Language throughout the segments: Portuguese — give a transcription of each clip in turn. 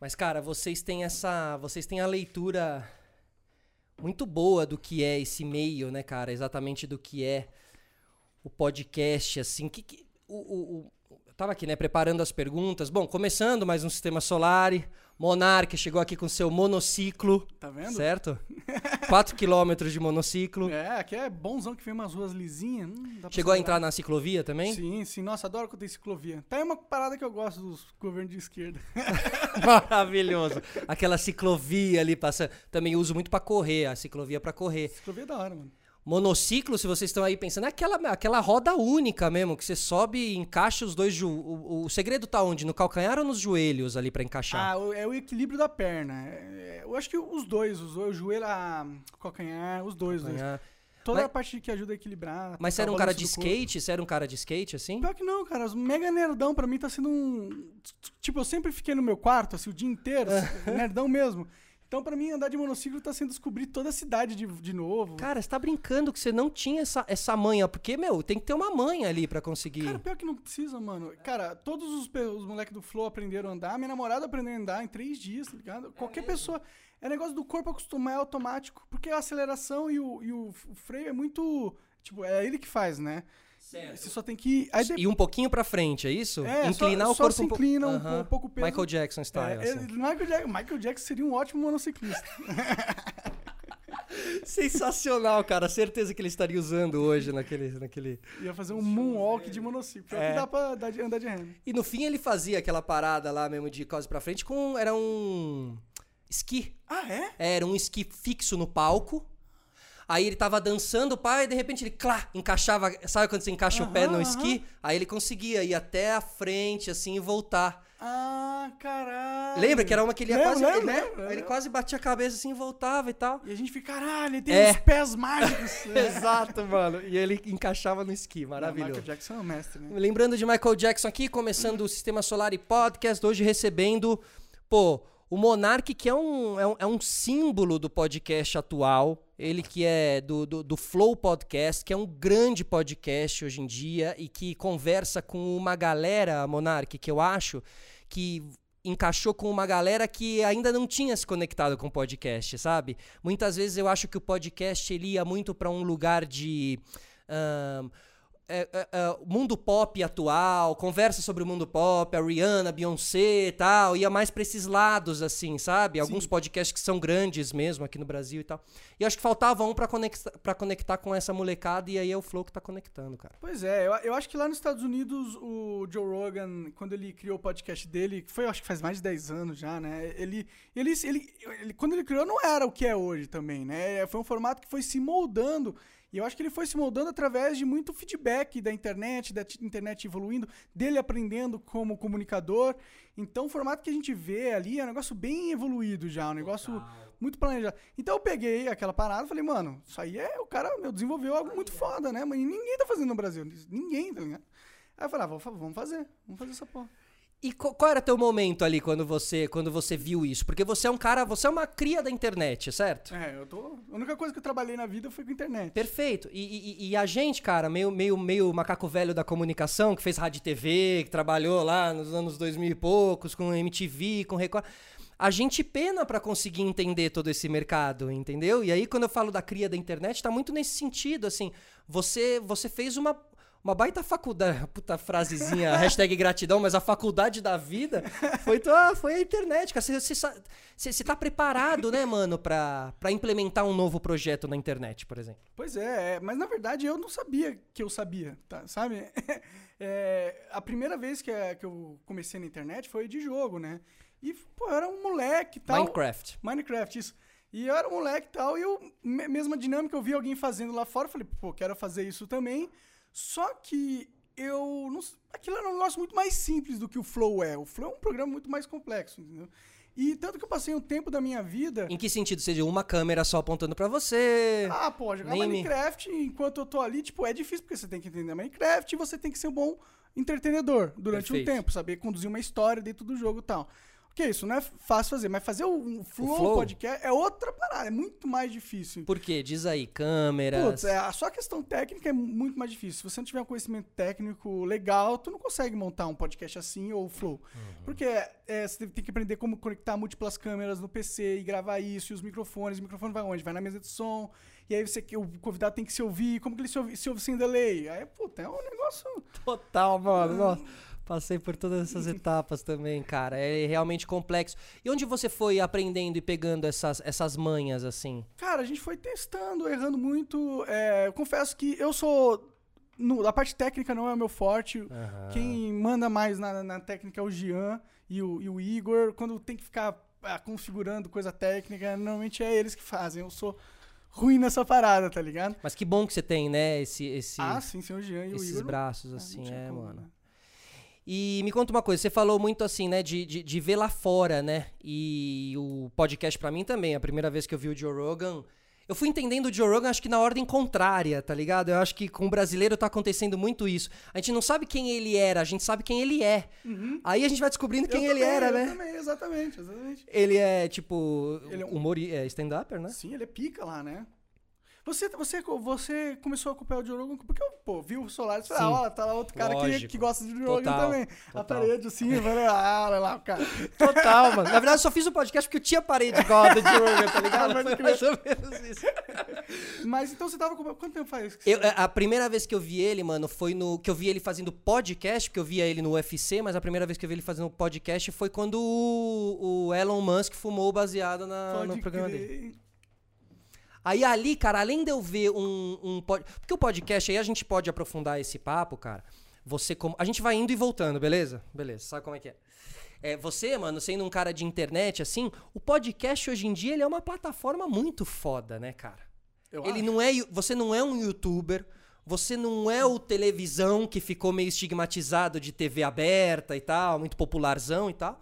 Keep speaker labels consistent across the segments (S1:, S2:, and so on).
S1: Mas, cara, vocês têm essa. Vocês têm a leitura muito boa do que é esse meio, né, cara? Exatamente do que é o podcast, assim. Que, que- o, o- o- eu tava aqui, né, preparando as perguntas. Bom, começando mais um Sistema Solar. Monark chegou aqui com seu monociclo,
S2: Tá vendo?
S1: certo? 4 quilômetros de monociclo.
S2: É, aqui é bonzão que vem umas ruas lisinhas. hum, dá pra
S1: Chegou a
S2: segurar.
S1: entrar na ciclovia também?
S2: Sim, sim. Nossa, adoro quando tem ciclovia. Tá aí uma parada que eu gosto dos governos de esquerda.
S1: Maravilhoso. Aquela ciclovia ali passando. Também uso muito pra correr, a ciclovia pra correr.
S2: Ciclovia é da hora, mano.
S1: Monociclo, se vocês estão aí pensando, é aquela, aquela roda única mesmo, que você sobe e encaixa os dois. Ju... O, o segredo tá onde? No calcanhar ou nos joelhos ali pra encaixar?
S2: Ah, o- é o equilíbrio da perna. É, é, eu acho que os dois, os, o joelho, a, o calcanhar, os dois. os dois.
S1: Calcanhar.
S2: Toda
S1: Mas-
S2: a parte que ajuda a equilibrar. tá
S1: Mas você
S2: tocar
S1: era um
S2: o
S1: cara
S2: balanço
S1: de
S2: do corpo.
S1: skate? Você era um cara de skate assim?
S2: Pior que não, cara. Os mega nerdão pra mim tá sendo um. Tipo, eu sempre fiquei no meu quarto, assim, o dia inteiro, nerdão mesmo. Então, pra mim, andar de monociclo tá sendo descobrir toda a cidade de, de novo.
S1: Cara, você tá brincando que você não tinha essa, essa manha, porque, meu, tem que ter uma manha ali pra conseguir.
S2: Cara, pior que não precisa, mano. Cara, todos os, pe- os moleques do Flow aprenderam a andar. Minha namorada aprendeu a andar em três dias, tá ligado? Qualquer pessoa. É negócio do corpo acostumar, é automático. Porque a aceleração e o, e o f- o freio é muito. Tipo, é ele que faz, né? Você só tem que. Aí
S1: E um pouquinho pra frente, é isso?
S2: É, só-
S1: Inclinar o
S2: só
S1: corpo
S2: se
S1: um pouco.
S2: inclina um po-
S1: Aham.
S2: um pouco o peso.
S1: Michael Jackson style.
S2: É,
S1: assim.
S2: ele- Michael, Jack- Michael Jackson seria um ótimo monociclista.
S1: Sensacional, cara. Certeza que ele estaria usando hoje naquele. naquele...
S2: Ia fazer um moonwalk de monociclo. Pior
S1: É.
S2: que dá pra dar de- andar de renda.
S1: E no fim ele fazia aquela parada lá mesmo de quase pra frente com. Era um. Esqui.
S2: Ah, é?
S1: Era um esqui fixo no palco. Aí ele tava dançando, pá, e de repente ele, clá, encaixava. Sabe quando você encaixa o pé
S2: Aham,
S1: no
S2: aham.
S1: esqui? Aí ele conseguia ir até a frente, assim, e voltar.
S2: Ah, caralho.
S1: Lembra que era uma que ele ia
S2: Lembro,
S1: quase.
S2: lembro,
S1: ele,
S2: lembro,
S1: ele
S2: lembro.
S1: quase batia a cabeça assim e voltava e tal.
S2: E a gente fica, caralho, ele tem
S1: É.
S2: uns pés mágicos. É.
S1: Exato, mano. E ele encaixava no esqui, maravilhoso.
S2: Michael Jackson é um mestre, né?
S1: Lembrando de Michael Jackson aqui, começando o Sistema Solar e Podcast, hoje recebendo, pô, o Monark, que é um, é um, é um símbolo do podcast atual, ele que é do, do, do Flow Podcast, que é um grande podcast hoje em dia e que conversa com uma galera, Monark, que eu acho que encaixou com uma galera que ainda não tinha se conectado com podcast, sabe? Muitas vezes eu acho que o podcast ele ia muito para um lugar de ahn, é, é, é, mundo pop atual, conversa sobre o mundo pop, a Rihanna, Beyoncé e tal, ia mais pra esses lados, assim, sabe? Alguns podcasts que são grandes mesmo aqui no Brasil e tal. E acho que faltava um pra conectar, pra conectar com essa molecada, e aí é o Flow que tá conectando, cara.
S2: Pois é, eu, eu acho que lá nos Estados Unidos o Joe Rogan, quando ele criou o podcast dele, que foi eu acho que faz mais de 10 anos já, né? Ele, ele, ele, ele- quando ele criou não era o que é hoje também, né? Foi um formato que foi se moldando. E eu acho que ele foi se moldando através de muito feedback da internet, da t- internet evoluindo, dele aprendendo como comunicador. Então o formato que a gente vê ali é um negócio bem evoluído já, um negócio muito planejado. Então eu peguei aquela parada e falei, mano, isso aí é. O cara, meu, desenvolveu algo muito foda, né? Mas ninguém tá fazendo no Brasil. Ninguém, tá ligado? Aí eu falei, ah, vou fa- vamos fazer, vamos fazer essa porra.
S1: E co- qual era teu momento ali quando você, quando você viu isso? Porque você é um cara, você é uma cria da internet, certo?
S2: É, eu tô. A única coisa que eu trabalhei na vida foi com internet.
S1: Perfeito. E, e- e a gente, cara, meio, meio, meio macaco velho da comunicação, que fez rádio e TV, que trabalhou lá nos anos 2000 e poucos, com MTV, com Record. A gente pena pra conseguir entender todo esse mercado, entendeu? E aí, quando eu falo da cria da internet, tá muito nesse sentido, assim. Você, você fez uma, uma baita faculdade. Puta frasezinha, hashtag gratidão, mas a faculdade da vida foi, tua, foi a internet, cara. Você- Você sa- você- você tá preparado, né, mano, pra, pra implementar um novo projeto na internet, por exemplo?
S2: Pois é, é, mas na verdade eu não sabia que eu sabia, tá, sabe? É, a primeira vez que, a- que eu comecei na internet foi de jogo, né? E, pô, eu era um moleque e tal.
S1: Minecraft.
S2: Minecraft, isso. E eu era um moleque e tal, e eu, me- mesma dinâmica, eu vi alguém fazendo lá fora, eu falei, pô, quero fazer isso também. Só que eu. Não, s- aquilo era um negócio muito mais simples do que o Flow é. O Flow é um programa muito mais complexo, entendeu? E tanto que eu passei um tempo da minha vida.
S1: Em que sentido? Seja uma câmera só apontando pra você.
S2: Ah, pô, jogar
S1: Nem me-
S2: Minecraft enquanto eu tô ali, tipo, é difícil, porque você tem que entender Minecraft e você tem que ser um bom entretenedor durante
S1: Perfeito.
S2: um tempo, saber conduzir uma história dentro do jogo e tal. O Porque isso não é fácil fazer, mas fazer um flow,
S1: flow?
S2: podcast é outra parada, é muito mais difícil.
S1: Por quê? Diz aí, câmeras.
S2: Putz, é, a só questão técnica é muito mais difícil. Se você não tiver um conhecimento técnico legal, tu não consegue montar um podcast assim ou flow. Porque é, você tem que aprender como conectar múltiplas câmeras no PC e gravar isso, e os microfones. O microfone vai onde? Vai na mesa de som. E aí você, o convidado tem que se ouvir. Como que ele se ouve, se ouve sem delay? Aí, puta, é um negócio...
S1: Total, mano. Nossa, passei por todas essas etapas também, cara. É realmente complexo. E onde você foi aprendendo e pegando essas, essas manhas, assim?
S2: Cara, a gente foi testando, errando muito. É, eu confesso que eu sou. No, a parte técnica não é o meu forte. Quem manda mais na, na técnica é o Jean e o, e o Igor. Quando tem que ficar ah, configurando coisa técnica, normalmente é eles que fazem. Eu sou ruim nessa parada, tá ligado?
S1: Mas que bom que você tem, né? Esse, esse,
S2: Ah, sim, sim, o Jean e o
S1: esses
S2: Igor.
S1: braços,
S2: Ah, não
S1: assim,
S2: tinha
S1: é,
S2: como,
S1: mano.
S2: né?
S1: E me conta uma coisa, você falou muito assim, né, de, de, de ver lá fora, né? E o podcast pra mim também, a primeira vez que eu vi o Joe Rogan. Eu fui entendendo o Joe Rogan, acho que na ordem contrária, tá ligado? Eu acho que com o brasileiro tá acontecendo muito isso. A gente não sabe quem ele era, a gente sabe quem ele é. Aí a gente vai descobrindo
S2: Uhum. Eu
S1: quem ele
S2: também,
S1: era,
S2: eu
S1: né?
S2: Também, exatamente, exatamente.
S1: Ele é, tipo,
S2: Ele é um-
S1: humor, é stand-upper, né?
S2: Sim, ele é pica lá, né? Você, você, você começou a acompanhar o Joe Rogan porque eu, pô, vi o Solaris e falei,
S1: Sim.
S2: ah, olha, tá lá outro cara que,
S1: Lógico.
S2: que gosta de Joe Rogan
S1: Total,
S2: também. A
S1: total.
S2: parede, assim, eu falei, ah, olha lá o cara.
S1: Total, mano. Na verdade, eu só fiz o podcast porque eu tinha parede igual a do Joe Rogan, tá ligado?
S2: Pode
S1: Foi
S2: crer.
S1: mais ou menos isso.
S2: Mas então você tava com. Quanto tempo faz que você...
S1: Eu- é, a primeira vez que eu vi ele, mano, foi no. Que eu vi ele fazendo podcast, porque eu via ele no UFC, mas a primeira vez que eu vi ele fazendo um podcast foi quando o, o Elon Musk fumou baseado na- no programa dele. Aí ali, cara, além de eu ver um, um pod- Porque o podcast aí a gente pode aprofundar esse papo, cara. Você como. A gente vai indo e voltando, beleza? Beleza, sabe como é que é? É, você, mano, sendo um cara de internet, assim, o podcast hoje em dia ele é uma plataforma muito foda, né, cara?
S2: Eu
S1: ele
S2: acho.
S1: não é, you- você não é um youtuber, você não é o televisão que ficou meio estigmatizado de TV aberta e tal, muito popularzão e tal.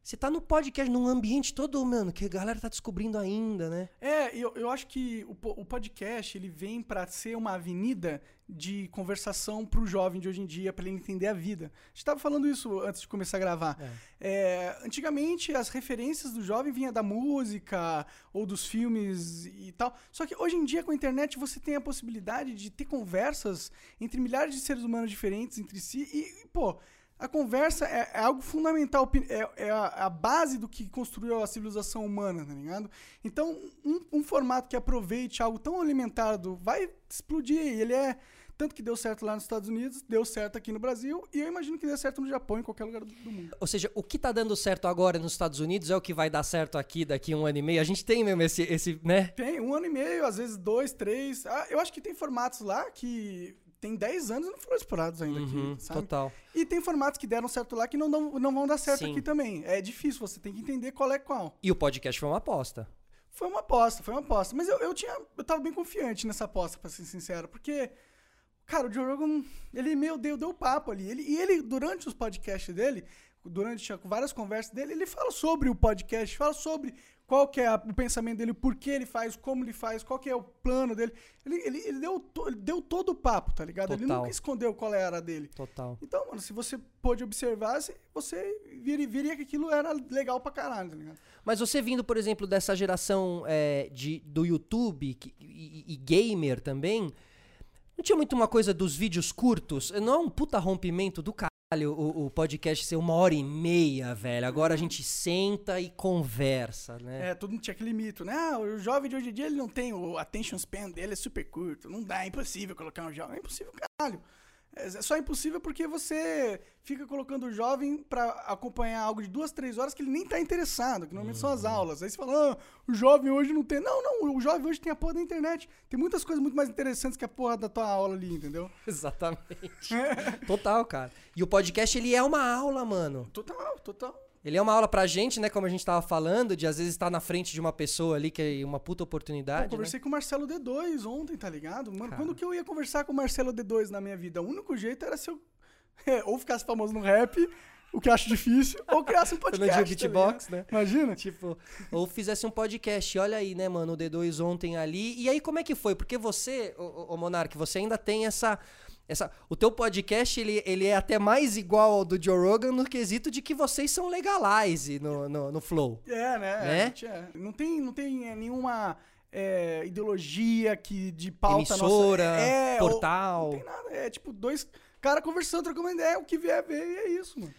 S1: Você tá no podcast, num ambiente todo, mano, que a galera tá descobrindo ainda, né?
S2: É, eu, eu acho que o, po- o podcast ele vem pra ser uma avenida de conversação pro jovem de hoje em dia, pra ele entender a vida. A gente tava falando isso antes de começar a gravar. É, antigamente as referências do jovem vinha da música ou dos filmes e tal. Só que hoje em dia com a internet você tem a possibilidade de ter conversas entre milhares de seres humanos diferentes entre si e, e, pô, a conversa é, é algo fundamental, pi- é, é a, a base do que construiu a civilização humana, tá ligado? Então, um, um formato que aproveite algo tão alimentado vai explodir. e Ele é. Tanto que deu certo lá nos Estados Unidos, deu certo aqui no Brasil, e eu imagino que dê certo no Japão, em qualquer lugar do, do mundo.
S1: Ou seja, o que tá dando certo agora nos Estados Unidos é o que vai dar certo aqui daqui um ano e meio. A gente tem mesmo esse, esse né?
S2: Tem um ano e meio, às vezes dois, três. Ah, eu acho que tem formatos lá que tem 10 anos e não foram explorados ainda
S1: Uhum,
S2: aqui, sabe?
S1: total.
S2: E tem formatos que deram certo lá que não, dão- não vão dar certo
S1: Sim.
S2: aqui também. É difícil, você tem que entender qual é qual.
S1: E o podcast foi uma aposta.
S2: Foi uma aposta, foi uma aposta. Mas eu, eu tinha. Eu tava bem confiante nessa aposta, pra ser sincero, porque. Cara, o Joe Rogan, ele meio deu, deu papo ali. Ele, e ele, durante os podcasts dele, durante várias conversas dele, ele fala sobre o podcast, fala sobre qual que é a- o pensamento dele, por que ele faz, como ele faz, qual que é o plano dele. Ele, ele, ele deu, to- ele deu todo o papo, tá ligado? Ele
S1: Total.
S2: nunca escondeu qual era a dele.
S1: Total.
S2: Então, mano, se você pôde observar, se- você viria, viria que aquilo era legal pra caralho, tá ligado?
S1: Mas você vindo, por exemplo, dessa geração é, de, do YouTube que- e, e- e gamer também, não tinha muito uma coisa dos vídeos curtos? Não é um puta rompimento do caralho o, o podcast ser uma hora e meia, velho. Agora a gente senta e conversa, né?
S2: É, todo mundo tinha aquele mito, né? Ah, o jovem de hoje em dia ele não tem o attention span dele, é super curto. Não dá, é impossível colocar um jovem. É impossível, caralho. É só impossível porque você fica colocando o jovem pra acompanhar algo de duas, três horas que ele nem tá interessado, que normalmente são as aulas. Aí você fala, ah, o jovem hoje não tem. Não, não, o jovem hoje tem a porra da internet. Tem muitas coisas muito mais interessantes que a porra da tua aula ali, entendeu?
S1: Exatamente. Total, cara. E o podcast, ele é uma aula, mano.
S2: Total, total.
S1: Ele é uma aula pra gente, né? Como a gente tava falando, de às vezes estar na frente de uma pessoa ali que é uma puta
S2: Pô,
S1: oportunidade. né?
S2: conversei com o Marcelo D2 ontem, tá ligado? Mano,
S1: Cara.
S2: quando que eu ia conversar com o Marcelo D2 na minha vida? O único jeito era se eu é, ou ficasse famoso no rap, o que eu acho difícil, ou criasse um
S1: Quando eu
S2: podcast.
S1: digo
S2: tá
S1: beatbox, né?
S2: ligado? Imagina?
S1: Tipo, ou fizesse um podcast. Olha aí, né, mano? O D2 ontem ali. E aí, como é que foi? Porque você, ô, ô, ô Monark, você ainda tem essa. Essa, o teu podcast, ele, ele é até mais igual ao do Joe Rogan no quesito de que vocês são legalize no, no, no Flow.
S2: É, né?
S1: Né?
S2: A gente é. Não tem, não tem é, nenhuma é, ideologia que de pauta
S1: Emissora,
S2: nossa. É, é, ou-
S1: portal.
S2: Não tem nada. É tipo dois caras conversando, trocando uma ideia, o que vier ver e é isso, mano.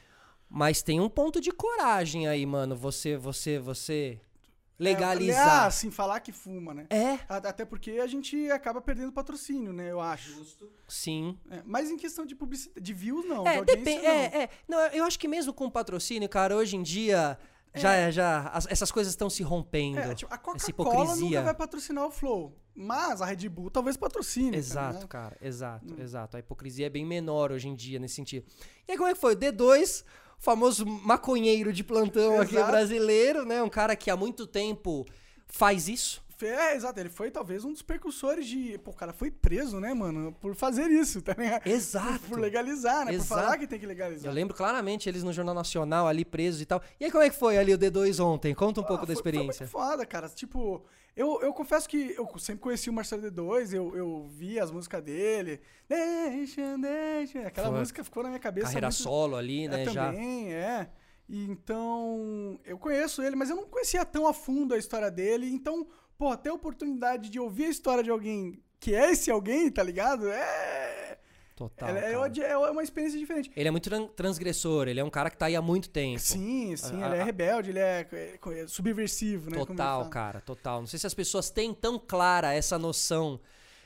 S1: Mas tem um ponto de coragem aí, mano. Você, você, você
S2: É, ah,
S1: legalizar.
S2: sim, falar que fuma, né?
S1: É,
S2: A- Até porque a gente acaba perdendo patrocínio, né? Eu acho.
S1: sim.
S2: É, mas em ququestão de publicidade, de views, não. de
S1: É,
S2: audiência,
S1: depende.
S2: não.
S1: É, é. Não, eu acho que mesmo com patrocínio, cara, hoje em dia já, é, já as- essas coisas estão se rompendo.
S2: É, tipo, a
S1: essa
S2: Coca-Cola nunca
S1: hipocrisia.
S2: vai patrocinar o Flow. Mas a Red Bull talvez patrocine. tá
S1: Exato,
S2: ligado?
S1: cara, exato,
S2: Hum.
S1: exato. A hipocrisia é bem menor hoje em dia nesse sentido. E aí, como é que foi? D2, famoso maconheiro de plantão aqui
S2: Exato.
S1: brasileiro, né? Um cara que há muito tempo faz isso.
S2: Fe- É, exato. Ele foi talvez um dos precursores de. Pô, o cara foi preso, né, mano? Por fazer isso, tá ligado?
S1: Exato.
S2: Por legalizar, né? Por
S1: Exato.
S2: falar que tem que
S1: Eu
S2: legalizar.
S1: lembro claramente eles no Jornal Nacional ali presos e tal. E aí, como é que foi ali o D2 ontem? Conta um pouco
S2: Ah,
S1: da
S2: foi- foi muito
S1: experiência.
S2: foda, cara. Tipo, eu, eu confesso que eu sempre conheci o Marcelo D2, eu, eu vi as músicas dele. Deixa, deixa. Aquela
S1: Foi.
S2: música ficou na minha cabeça.
S1: Carreira
S2: muito-
S1: solo ali, né?
S2: É,
S1: já.
S2: também, é. E então, eu conheço ele, mas eu não conhecia tão a fundo a história dele. Então, pô, ter a oportunidade de ouvir a história de alguém que é esse alguém, tá ligado? É.
S1: Total.
S2: ela- é,
S1: Tá, cara.
S2: uma- é uma experiência diferente.
S1: Ele é muito tran- transgressor, ele é um cara que tá aí há muito tempo.
S2: Sim, sim,
S1: A-
S2: ele é
S1: a-
S2: rebelde, ele é, é subversivo, né? como ele
S1: Total,
S2: fala.
S1: cara, total. Não sei se as pessoas têm tão clara essa noção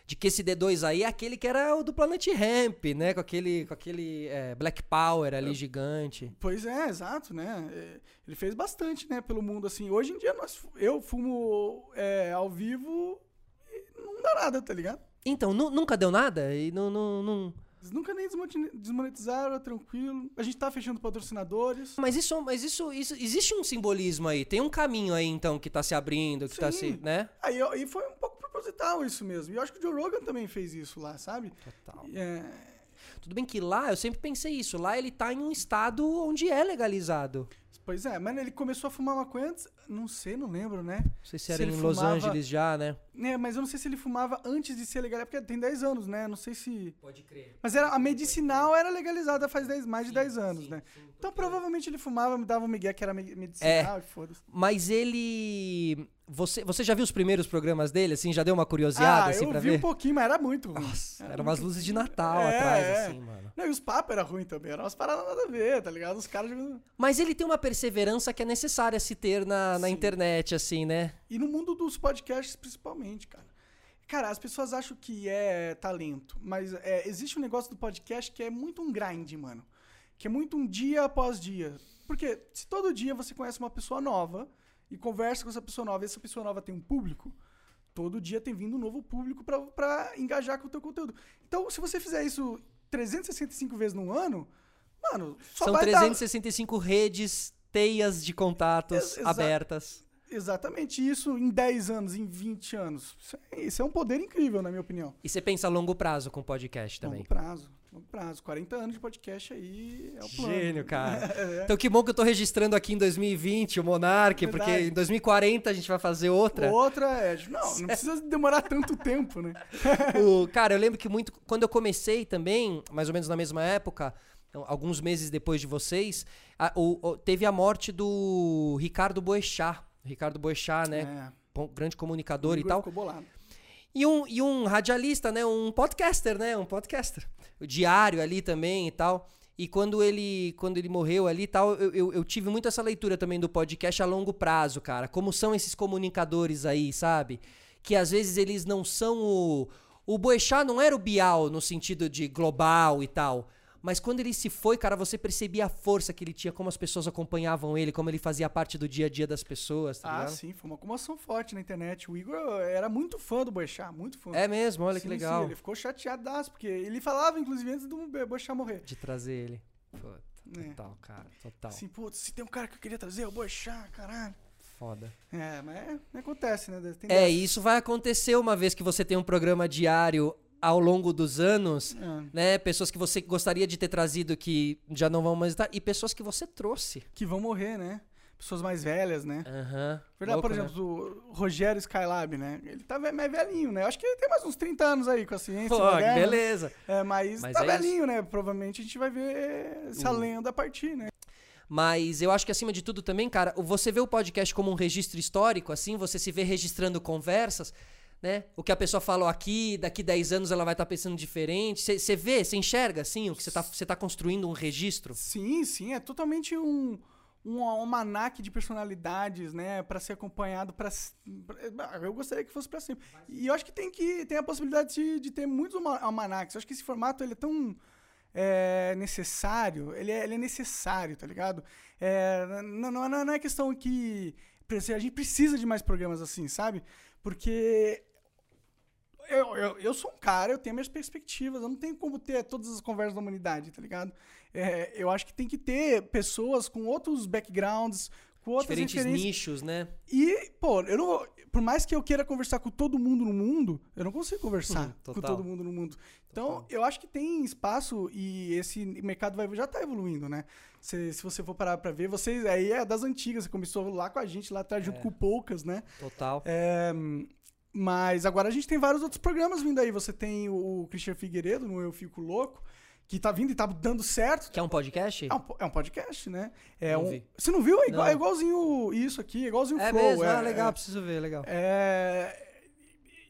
S1: de que esse D2 aí é aquele que era o do Planet Ramp, né? Com aquele, com aquele é, Black Power ali gigante.
S2: Pois é, exato, né? É, Ele fez bastante, né, pelo mundo, assim. Hoje em dia, nós, eu fumo é, ao vivo e não dá nada, tá ligado?
S1: Então, nu- nunca deu nada? E não, não, não-
S2: Eles nunca nem desmoti- desmonetizaram, é tranquilo. A gente tá fechando patrocinadores.
S1: Mas, isso, mas isso, isso. Existe um simbolismo aí. Tem um caminho aí, então, que tá se abrindo, que tá se.
S2: Sim.
S1: né?
S2: Aí, eu- aí foi um pouco proposital isso mesmo. E eu acho que o Joe Rogan também fez isso lá, sabe?
S1: Total.
S2: É,
S1: Tudo bem que lá, eu sempre pensei isso. Lá ele tá em um estado onde é legalizado.
S2: pois é, mano, ele começou a fumar maconha antes. Não sei, não lembro, né?
S1: Não sei se
S2: Se
S1: era
S2: ele
S1: em Los
S2: fumava-
S1: Angeles já, né?
S2: né? Mas eu não sei se ele fumava antes de ser legal, porque tem 10 anos, né? Não sei se.
S1: Pode crer.
S2: Mas era, a medicinal era legalizada faz 10, mais de 10 anos, né? Então provavelmente ele fumava, me dava um migué que era me-
S1: É.
S2: medicinal, e foda-se.
S1: Mas ele. Você, você já viu os primeiros programas dele, assim? Já deu uma curioseada,
S2: ah,
S1: assim,
S2: eu
S1: pra
S2: vi
S1: ver?
S2: um pouquinho, mas era muito ruim.
S1: Nossa,
S2: Era
S1: eram umas luzes de Natal
S2: É,
S1: atrás,
S2: é.
S1: assim, mano.
S2: Não, e os papos eram ruins também, eram umas paradas nada a ver, tá ligado? Os caras jogando.
S1: Mas ele tem uma perseverança que é necessária se ter na, na
S2: Sim.
S1: internet, assim, né?
S2: E no mundo dos podcasts, principalmente, cara. Cara, as pessoas acham que é talento, mas é, existe um negócio do podcast que é muito um grind, mano. Que é muito um dia após dia. Porque se todo dia você conhece uma pessoa nova e conversa com essa pessoa nova e essa pessoa nova tem um público, todo dia tem vindo um novo público pra- pra engajar com o teu conteúdo. Então, se você fizer isso 365 vezes no ano, mano, só
S1: São
S2: vai dar...
S1: 365 redes, teias de contatos
S2: Ex- exa-
S1: abertas.
S2: Exatamente isso em 10 anos, em 20 anos. Isso é, isso é um poder incrível, na minha opinião.
S1: E você pensa a longo prazo com podcast também.
S2: Longo prazo. Longo prazo. 40 anos de podcast aí é o plano.
S1: Gênio, cara.
S2: É.
S1: Então que bom que eu tô registrando aqui em 2020 o Monark, porque
S2: Verdade.
S1: em 2040 a gente vai fazer outra.
S2: Outra é. Não, não precisa demorar tanto tempo, né?
S1: O- cara, eu lembro que muito. Quando eu comecei também, mais ou menos na mesma época, então, alguns meses depois de vocês, a- o- o- teve a morte do Ricardo Boechat. Ricardo Boechat, né? com- Grande comunicador e
S2: É. Igor
S1: tal.
S2: Ficou bolado.
S1: E um, e um radialista, né? Um podcaster, né? Um podcaster. O diário ali também e tal. E quando ele, quando ele morreu ali e tal, eu, eu, eu tive muito essa leitura também do podcast a longo prazo, cara. Como são esses comunicadores aí, sabe? Que às vezes eles não são o. O Boechat não era o Bial no sentido de global e tal. Mas quando ele se foi, cara, você percebia a força que ele tinha, como as pessoas acompanhavam ele, como ele fazia parte do dia a dia das pessoas, tá
S2: Ah,
S1: ligado?
S2: sim, foi uma comoção forte na internet. O Igor era muito fã do Boechat, muito fã.
S1: É mesmo, olha que
S2: Sim,
S1: legal
S2: Sim, ele ficou chateadaço, porque ele falava, inclusive, antes do Boechat morrer.
S1: de trazer ele. Puta,
S2: É.
S1: total, cara, total.
S2: Assim, putz, se tem um cara que eu queria trazer, é o Boechat, caralho.
S1: Foda.
S2: É, mas é- acontece, né? Tem
S1: É, e isso vai acontecer uma vez que você tem um programa diário ao longo dos anos,
S2: É.
S1: né? Pessoas que você gostaria de ter trazido que já não vão mais estar e pessoas que você trouxe.
S2: que vão morrer, né? pessoas mais velhas, né?
S1: Aham.
S2: Verdade,
S1: É Louco,
S2: por
S1: né?
S2: exemplo, o Rogério Skylab, né? Ele tá ve- mais velhinho, né? Eu acho que ele tem mais uns 30 anos aí com a ciência.
S1: Pô,
S2: moderna.
S1: beleza.
S2: É, mas,
S1: Mas
S2: tá
S1: é
S2: velhinho, né? Provavelmente a gente vai ver essa
S1: O-
S2: lenda partir, né?
S1: Mas eu acho que acima de tudo também, cara, você vê o podcast como um registro histórico, assim, você se vê registrando conversas, né? O que a pessoa falou aqui, daqui 10 anos ela vai estar pensando diferente. Você- Você vê, você enxerga, assim, o que você tá, você tá construindo um registro.
S2: Sim, sim, é totalmente um um almanaque de personalidades, né, Pra ser acompanhado para eu gostaria que fosse pra sempre. E eu acho que tem que tem a possibilidade de, de ter muitos alma- almanaques. Eu acho que esse formato ele é tão é, necessário, ele é, ele é necessário, tá ligado? É, não, não, não não é questão que a gente precisa de mais programas assim, sabe? Porque eu, eu, eu sou um cara, eu tenho minhas perspectivas, eu não tenho como ter todas as conversas da humanidade, tá ligado? É, eu acho que tem que ter pessoas com outros backgrounds, com outras
S1: Diferentes
S2: referências.
S1: nichos, né?
S2: E, pô, eu não vou- Por mais que eu queira conversar com todo mundo no mundo, eu não consigo conversar
S1: Hum,
S2: com
S1: total.
S2: todo mundo no mundo. Então,
S1: Total.
S2: eu acho que tem espaço e esse mercado vai, já tá evoluindo, né? Se, se você for parar pra ver, vocês aí é das antigas, você começou lá com a gente, lá atrás, junto
S1: É.
S2: com poucas, né?
S1: Total.
S2: É, mas agora a gente tem vários outros programas vindo aí. Você tem o, o Christian Figueiredo, no Eu Fico Louco, que tá vindo e tá dando certo.
S1: Quer um podcast?
S2: É um, po- é um podcast, né? É
S1: Não
S2: um,
S1: vi.
S2: você não viu? É, igual,
S1: Não.
S2: é igualzinho isso aqui, é igualzinho o
S1: É
S2: Flow.
S1: mesmo?
S2: é,
S1: ah, legal,
S2: é.
S1: preciso ver, legal.
S2: É,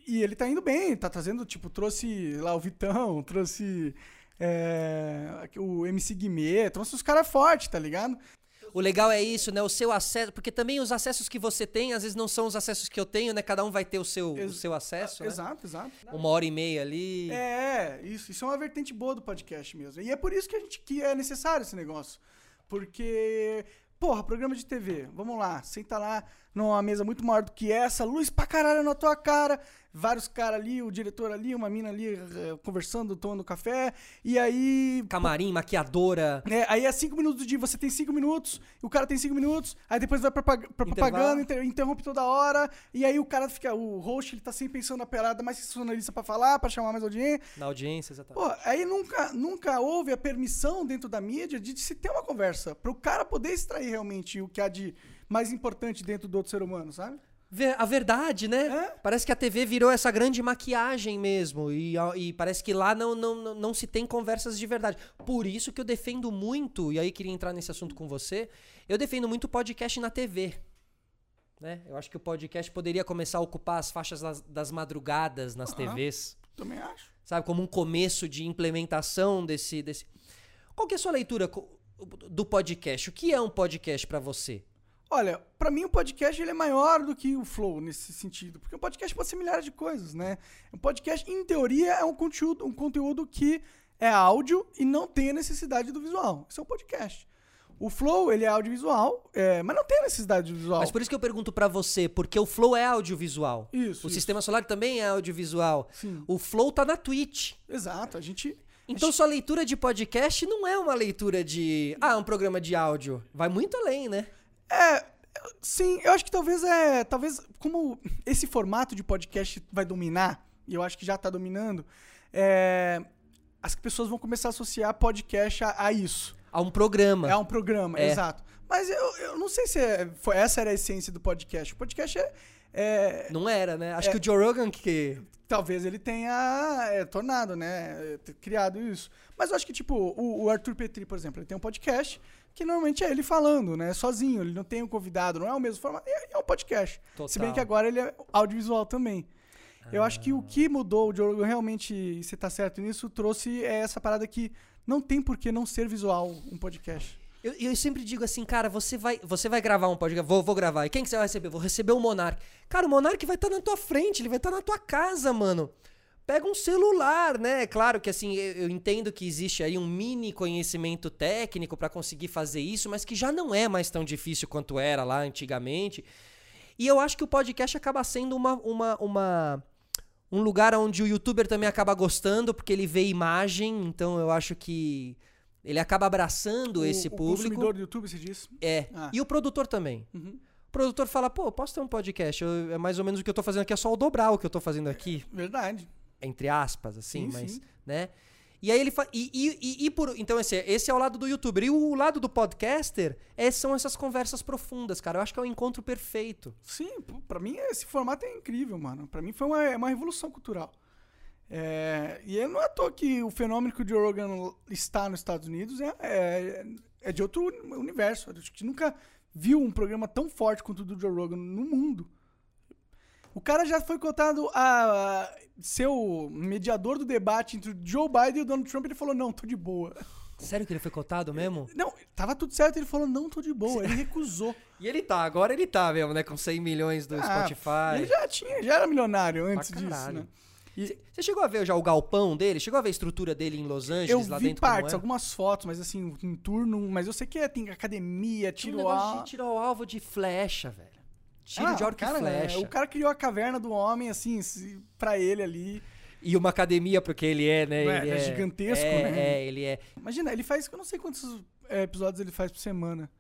S2: e ele tá indo bem, tá trazendo, tipo, trouxe lá o Vitão, trouxe é, o MC Guimê, trouxe os caras fortes, tá ligado?
S1: O legal é isso, né? O seu acesso. Porque também os acessos que você tem, às vezes não são os acessos que eu tenho, né? Cada um vai ter o seu, o
S2: Ex-
S1: seu acesso. né?
S2: Exato, exato.
S1: Uma hora e meia ali.
S2: É, isso. Isso é uma vertente boa do podcast mesmo. E é por isso que a gente que é necessário esse negócio. Porque, porra, programa de TV, vamos lá, senta lá numa mesa muito maior do que essa, luz pra caralho na tua cara, vários caras ali, o diretor ali, uma mina ali eh, conversando, tomando café, e aí.
S1: Camarim, maquiadora.
S2: Né? Aí é cinco minutos do dia, você tem cinco minutos, o cara tem cinco minutos, aí depois vai pra, pag- pra
S1: Intervalo.
S2: propaganda, inter- interrompe toda hora, e aí o cara fica, o host, ele tá sempre pensando na pelada mais sensacionalista pra falar, pra chamar mais audiência, tá-
S1: Na audiência, exatamente.
S2: Pô, aí nunca, nunca houve a permissão dentro da mídia de se ter uma conversa, para o cara poder extrair realmente o que há de mais importante dentro do outro ser humano, sabe?
S1: Ver- A verdade, né?
S2: É.
S1: Parece que a TV virou essa grande maquiagem mesmo. E, a- e parece que lá não, não, não, não se tem conversas de verdade. Por isso que eu defendo muito, e aí queria entrar nesse assunto com você, eu defendo muito podcast na TV. Né? Eu acho que o podcast poderia começar a ocupar as faixas das, das madrugadas nas
S2: Aham.
S1: TVs.
S2: Também acho.
S1: Sabe? Como um começo de implementação desse. desse... Qual que é a sua leitura co- do podcast? O que é um podcast pra você?
S2: Olha, pra mim o podcast ele é maior do que o flow nesse sentido, porque um podcast pode ser milhares de coisas, né? Um podcast, em teoria, é um conteúdo, um conteúdo que é áudio e não tem a necessidade do visual. Isso é um podcast. O flow ele é audiovisual, é, mas não tem a necessidade do visual.
S1: Mas por isso que eu pergunto pra você, porque o Flow é audiovisual.
S2: Isso,
S1: O
S2: isso.
S1: Sistema Solar também é audiovisual.
S2: Sim.
S1: O Flow tá na Twitch.
S2: Exato, a gente
S1: Então sua leitura de podcast não é uma leitura de, ah, é um programa de áudio. Vai muito além, né?
S2: É, sim, eu acho que talvez é. Talvez, como esse formato de podcast vai dominar, e eu acho que já tá dominando, é, as pessoas vão começar a associar podcast a, a isso.
S1: Há um programa.
S2: É um programa,
S1: É.
S2: exato. Mas eu, eu não sei se é- foi, essa era a essência do podcast. O podcast é. é,
S1: Não era, né? Acho que o Joe Rogan que
S2: talvez ele tenha é, tornado, né? é, t- Criado isso. Mas eu acho que, tipo, o, o Arthur Petri, por exemplo, ele tem um podcast que normalmente é ele falando, né? Sozinho, ele não tem um convidado, não é o mesmo formato, é, é um podcast.
S1: Total.
S2: Se bem que agora ele é audiovisual também. Eu acho que o que mudou o Joe Rogan realmente, e você tá certo nisso, trouxe é essa parada que não tem por que não ser visual um podcast.
S1: Eu, eu sempre digo assim, cara, você vai, você vai gravar um podcast, vou, vou gravar. E quem que você vai receber? Vou receber o Monark. Cara, o Monark vai estar na tua frente, ele vai estar na tua casa, mano. Pega um celular, né? Claro que assim, eu, eu entendo que existe aí um mini conhecimento técnico pra conseguir fazer isso, mas que já não é mais tão difícil quanto era lá antigamente. E eu acho que o podcast acaba sendo uma, uma, uma- um lugar onde o youtuber também acaba gostando, porque ele vê imagem, então eu acho que ele acaba abraçando
S2: O-
S1: esse
S2: o
S1: público.
S2: consumidor do YouTube, você disse?
S1: É.
S2: Ah.
S1: E o produtor também.
S2: Uhum.
S1: O produtor fala, pô, eu posso ter um podcast? Eu- é mais ou menos o que eu tô fazendo aqui, é só o dobrar o que eu tô fazendo aqui,
S2: Verdade.
S1: entre aspas, assim,
S2: Sim,
S1: mas.
S2: sim.
S1: né? E aí ele fa... e, e, e, e por então esse, é- esse é o lado do youtuber e o lado do podcaster é, são essas conversas profundas, cara. Eu acho que é o encontro perfeito.
S2: Sim, pô, pra mim esse formato é incrível, mano. Pra mim foi uma, é uma revolução cultural. É, e eu não é à toa que o fenômeno que o Joe Rogan está nos Estados Unidos é, é, é de outro uni- universo. A gente nunca viu um programa tão forte quanto o do Joe Rogan no mundo. O cara já foi cotado a ser o mediador do debate entre o Joe Biden e o Donald Trump. Ele falou, não, tô de boa.
S1: Sério que ele foi cotado mesmo?
S2: Não, tava tudo certo. Ele falou, não, tô de boa. Ele recusou.
S1: E ele tá, agora ele tá mesmo, né? Com 100 milhões do
S2: Ah, Ele
S1: Spotify.
S2: já tinha, já era milionário
S1: Pra
S2: antes disso,
S1: caralho.
S2: né?
S1: Você você chegou a ver já o galpão dele? Chegou a ver a estrutura dele em Los Angeles,
S2: Eu
S1: lá
S2: vi
S1: dentro? como
S2: partes,
S1: é?
S2: algumas fotos, mas assim, um turno, mas eu sei que é, tem academia,
S1: Um
S2: tiro
S1: negócio
S2: a...
S1: de tirar o alvo de flecha, velho. Tiro de arco
S2: Ah, cara, é,
S1: e flecha.
S2: O cara criou a caverna do homem, assim, se- pra ele ali.
S1: E uma academia, porque ele é, né?
S2: Ué,
S1: ele
S2: ele
S1: é,
S2: é gigantesco,
S1: é,
S2: né?
S1: É, ele é.
S2: Imagina, ele faz, eu não sei quantos é, episódios ele faz por semana.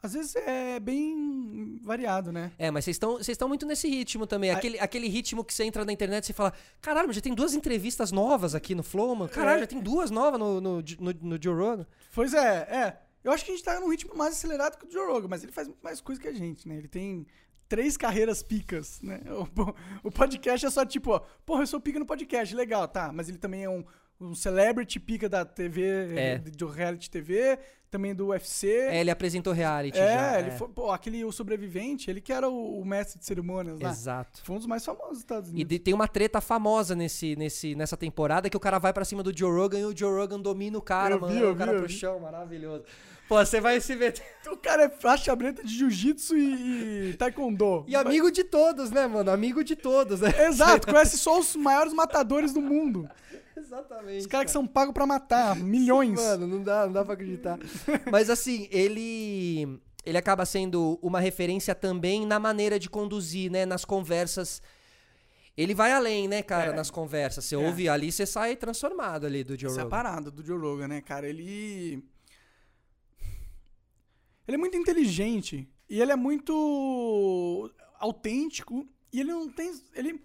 S2: Às vezes é bem variado, né?
S1: É, mas vocês estão vocês estão muito nesse ritmo também. Aquele, aquele ritmo que você entra na internet e você fala: caralho, mas já tem duas entrevistas novas aqui no Flow, mano. Caralho,
S2: É.
S1: já tem duas novas no, no, no, no Joe Rogan.
S2: Pois é, é. Eu acho que a gente tá num ritmo mais acelerado que o Joe Rogan, mas ele faz muito mais coisa que a gente, né? Ele tem três carreiras picas, né? O, o podcast é só tipo, ó, porra, eu sou pica no podcast, legal, tá. Mas ele também é um, um celebrity pica da TV,
S1: É.
S2: eh, do reality TV, também do UFC.
S1: É, ele apresentou reality
S2: É,
S1: já.
S2: ele foi, pô, aquele O Sobrevivente, ele que era o, o mestre de cerimônias lá. Hum.
S1: Exato.
S2: Foi um dos mais famosos dos Estados
S1: E
S2: Unidos.
S1: de- tem uma treta famosa nesse, nesse, nessa temporada que o cara vai pra cima do Joe Rogan e o Joe Rogan domina o cara,
S2: Eu vi,
S1: mano.
S2: eu
S1: o cara
S2: vi, eu
S1: pro
S2: vi.
S1: chão, maravilhoso. Pô, você vai se meter.
S2: O cara é faixa preta de jiu-jitsu e, e taekwondo.
S1: E amigo de todos, né, mano? Amigo de todos, né?
S2: Exato, conhece só os maiores matadores do mundo.
S1: Exatamente.
S2: Os caras que são pagos pra matar milhões.
S1: Mano, não dá, não dá pra acreditar. Mas assim, ele ele acaba sendo uma referência também na maneira de conduzir, né, nas conversas. Ele vai além, né,
S2: É.
S1: cara, nas conversas. Você ouve ali, você sai transformado ali do Joe
S2: Essa é a
S1: Rogan.
S2: parada do Joe Rogan, né, cara? Ele. Ele é muito inteligente. E ele é muito autêntico. E ele não tem. Ele.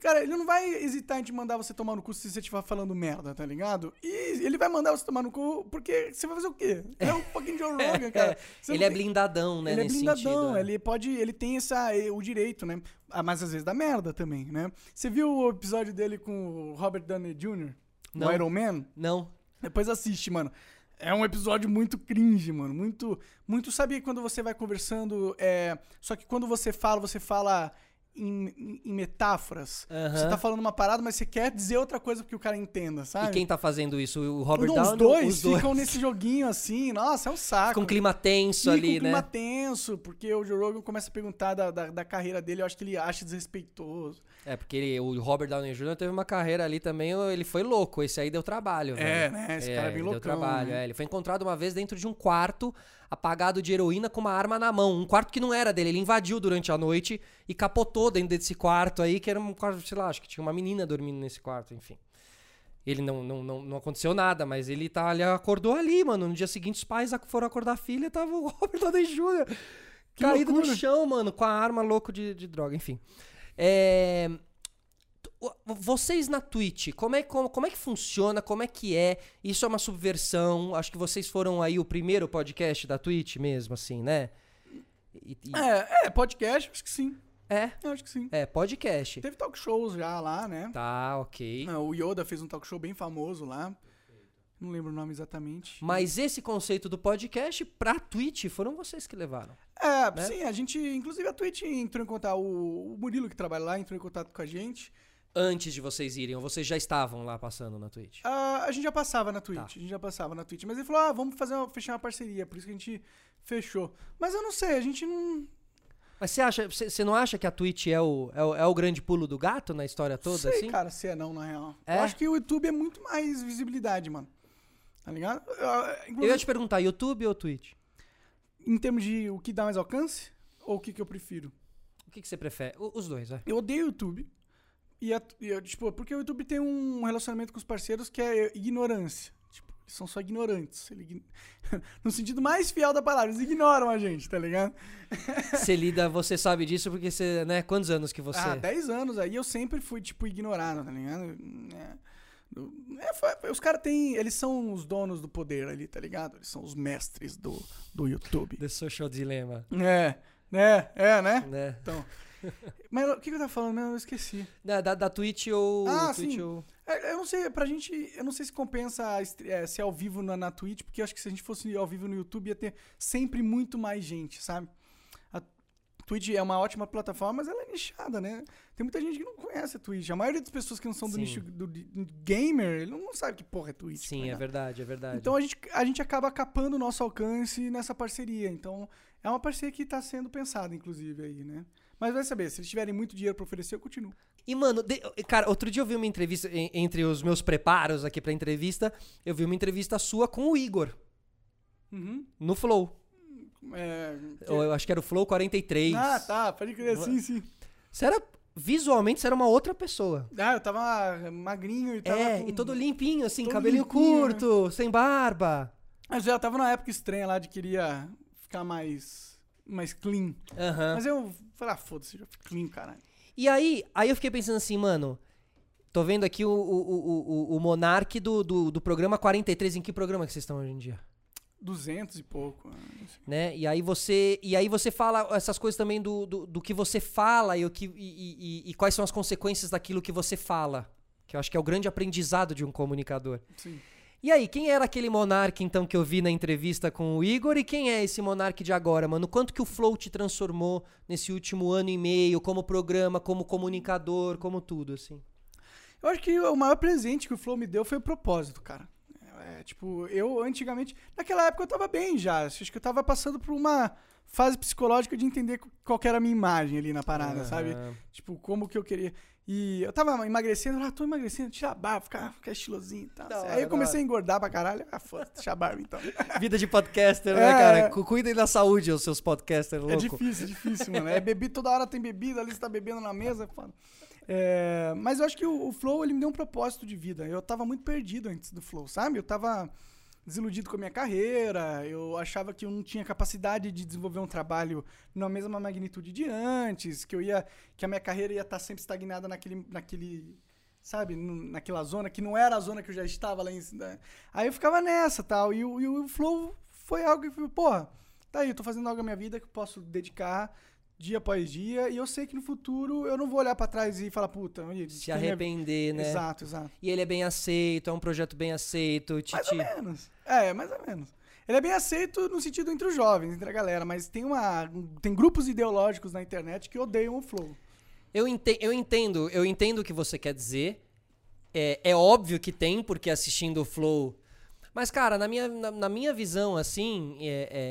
S2: Cara, ele não vai hesitar em te mandar você tomar no cu se você estiver falando merda, tá ligado? E ele vai mandar você tomar no cu porque você vai fazer o quê? Ele é um fucking Joe Rogan, cara. Você
S1: Ele
S2: não
S1: é
S2: tem-
S1: blindadão, né,
S2: ele é
S1: nesse
S2: blindadão,
S1: sentido. é.
S2: ele pode, ele tem essa, eh, o direito, né? Ah, Mas às vezes dá merda também, né? Você viu o episódio dele com o Robert Downey Jr.,
S1: Não.
S2: no Iron Man?
S1: Não.
S2: Depois assiste, mano. É um episódio muito cringe, mano. Muito, muito sabe quando você vai conversando, é, só que quando você fala, você fala em, em- em metáforas.
S1: Aham.
S2: Você tá falando uma parada, mas você quer dizer outra coisa porque o cara entenda, sabe?
S1: E quem tá fazendo isso? O Robert
S2: Não,
S1: Downey?
S2: os dois
S1: os dois.
S2: ficam nesse joguinho assim, nossa, é um saco.
S1: Fica um clima tenso
S2: Fica
S1: ali,
S2: um clima
S1: né?
S2: tenso, porque o Joe Rogan começa a perguntar da, da, da carreira dele, eu acho que ele acha desrespeitoso.
S1: É, porque ele- o Robert Downey Jr. teve uma carreira ali também, ele foi louco, esse aí deu trabalho,
S2: É,
S1: velho.
S2: né? Esse cara é bem
S1: ele
S2: loucão,
S1: Deu trabalho,
S2: né?
S1: é. Ele foi encontrado uma vez dentro de um quarto, apagado de heroína com uma arma na mão. Um quarto que não era dele, ele invadiu durante a noite e capotou dentro desse quarto aí, que era um quarto, sei lá, acho que tinha uma menina dormindo nesse quarto, enfim. Ele não, não, não, não aconteceu nada, mas ele tá, ele acordou ali, mano. No dia seguinte, os pais ac- foram acordar a filha, tava o Robert Downey Jr.
S2: Que
S1: caído no
S2: loucura.
S1: chão, mano, com a arma louco de, de droga, enfim. É, o- Vocês na Twitch, como é, como, como é que funciona? Como é que é? Isso é uma subversão? Acho que vocês foram aí o primeiro podcast da Twitch mesmo, assim, né? E- e-
S2: É, é, podcast, acho que sim.
S1: é,
S2: Eu acho que sim.
S1: é, podcast.
S2: Teve talk shows já lá, né?
S1: Tá, ok.
S2: Ah, O Yoda fez um talk show bem famoso lá. Não lembro o nome exatamente.
S1: Mas esse conceito do podcast pra Twitch foram vocês que levaram.
S2: É,
S1: né?
S2: sim, a gente, inclusive a Twitch entrou em contato, o o Murilo que trabalha lá entrou em contato com a gente.
S1: Antes de vocês irem, ou vocês já estavam lá passando na Twitch?
S2: Ah, a gente já passava na Twitch,
S1: Tá.
S2: a gente já passava na Twitch. Mas ele falou, ah, vamos fazer uma- fechar uma parceria, por isso que a gente fechou. Mas eu não sei, a gente não,
S1: Mas você acha, você você não acha que a Twitch é o, é o, é o grande pulo do gato na história toda,
S2: sei,
S1: assim?
S2: cara, se é não, na real.
S1: É?
S2: Eu acho que o YouTube é muito mais visibilidade, mano. Tá ligado? Eu, eu,
S1: Eu
S2: inclusive,
S1: ia te perguntar, YouTube ou Twitch?
S2: em termos de o que dá mais alcance, ou o que, que eu prefiro?
S1: O que, que você prefere? O- os dois, né? vai.
S2: Eu odeio o YouTube. E, a- e eu, tipo, porque o YouTube tem um relacionamento com os parceiros que é ignorância. Tipo, eles são só ignorantes. Ele ign- no sentido mais fiel da palavra, eles ignoram a gente, tá ligado?
S1: Você lida, você sabe disso porque você, né? Quantos anos que você.
S2: Ah, 10 anos aí eu sempre fui, tipo, ignorado, tá ligado? É. É, foi- os caras têm. Eles são os donos do poder ali, tá ligado? Eles são os mestres do, do YouTube.
S1: The Social Dilemma,
S2: É, né? É, né?
S1: né?
S2: Então. Mas o que, que eu tava falando mesmo? Eu esqueci.
S1: Da, da, da Twitch ou...
S2: Ah,
S1: Twitch
S2: sim.
S1: ou-
S2: É, Eu não sei, pra gente. Eu não sei se compensa estre- é, ser ao vivo na, na Twitch, porque eu acho que se a gente fosse ao vivo no YouTube ia ter sempre muito mais gente, sabe? A Twitch é uma ótima plataforma, mas ela é nichada, né? Tem muita gente que não conhece a Twitch. A maioria das pessoas que não são do
S1: Sim.
S2: nicho do, de- gamer, ele não sabe que porra é Twitch. tá
S1: Sim, é
S2: ligado?
S1: verdade, é verdade.
S2: Então a gente, a gente acaba capando o nosso alcance nessa parceria. Então é uma parceria que está sendo pensada, inclusive, aí, né? Mas vai saber, se eles tiverem muito dinheiro para oferecer, eu continuo.
S1: E, mano, de- cara, outro dia eu vi uma entrevista, en- entre os meus preparos aqui pra entrevista, eu vi uma entrevista sua com o Igor,
S2: Uhum.
S1: no Flow.
S2: É,
S1: Ou eu acho que era o Flow 43.
S2: Ah, tá, pode crer, sim, sim.
S1: Você era, visualmente, você era uma outra pessoa.
S2: Ah, eu tava magrinho e tava.
S1: é,
S2: com-
S1: e todo limpinho, assim,
S2: todo
S1: cabelinho
S2: limpinho, né?
S1: curto, sem barba.
S2: Mas eu já tava numa época estranha lá de queria ficar mais. mais clean.
S1: Aham.
S2: Mas eu falei, ah, foda-se, já fico clean, caralho.
S1: E aí, aí eu fiquei pensando assim, mano. Tô vendo aqui o, o, o, o- o Monark do, do, do programa 43. Em que programa que vocês estão hoje em dia?
S2: 200 e pouco. né, não sei.
S1: Né? E aí você. E aí você fala essas coisas também do, do, do que você fala e, o que, e- e, e- e quais são as consequências daquilo que você fala. Que eu acho que é o grande aprendizado de um comunicador.
S2: Sim.
S1: E aí, quem era aquele Monark, então, que eu vi na entrevista com o Igor? E quem é esse Monark de agora, mano? Quanto que o Flow te transformou nesse último ano e meio, como programa, como comunicador, como tudo, assim?
S2: Eu acho que o maior presente que o Flow me deu foi o propósito, cara. É, tipo, eu antigamente. Naquela época eu tava bem já. Acho que eu tava passando por uma fase psicológica de entender qual que era a minha imagem ali na parada, sabe?
S1: Aham.
S2: Tipo, como que eu queria. E eu tava emagrecendo, ah, tô emagrecendo, tira a barba, ficar fica estilosinho e tal.
S1: Da hora,
S2: Aí eu
S1: da
S2: comecei a engordar pra caralho, ah, foda-se, deixa a barba então.
S1: Vida de podcaster, né,
S2: É.
S1: cara? Cu- Cuidem da saúde, os seus podcasters
S2: É
S1: louco.
S2: difícil, difícil, mano. É beber, toda hora tem bebida, ali você tá bebendo na mesa, é foda. É, mas eu acho que o, o Flow, ele me deu um propósito de vida. Eu tava muito perdido antes do Flow, sabe? Eu tava desiludido com a minha carreira, eu achava que eu não tinha capacidade de desenvolver um trabalho na mesma magnitude de antes, que eu ia que a minha carreira ia estar sempre estagnada naquele naquele sabe, num- naquela zona que não era a zona que eu já estava lá em né? Aí eu ficava nessa, tal, e o, e o flow foi algo que eu falei, porra, tá aí, eu tô fazendo algo na minha vida que eu posso dedicar dia após dia, e eu sei que no futuro eu não vou olhar pra trás e falar, puta, olha,
S1: Se arrepender, né?
S2: Exato, exato.
S1: E ele é bem aceito, é um projeto bem aceito.
S2: Mais ou
S1: Titi.
S2: menos. É, mais ou menos. Ele é bem aceito no sentido entre os jovens, entre a galera, mas tem uma tem grupos ideológicos na internet que odeiam o flow.
S1: Eu, ente- eu entendo, eu entendo o que você quer dizer. É, é óbvio que tem, porque assistindo o Flow. Mas, cara, na minha, na, na minha visão, assim,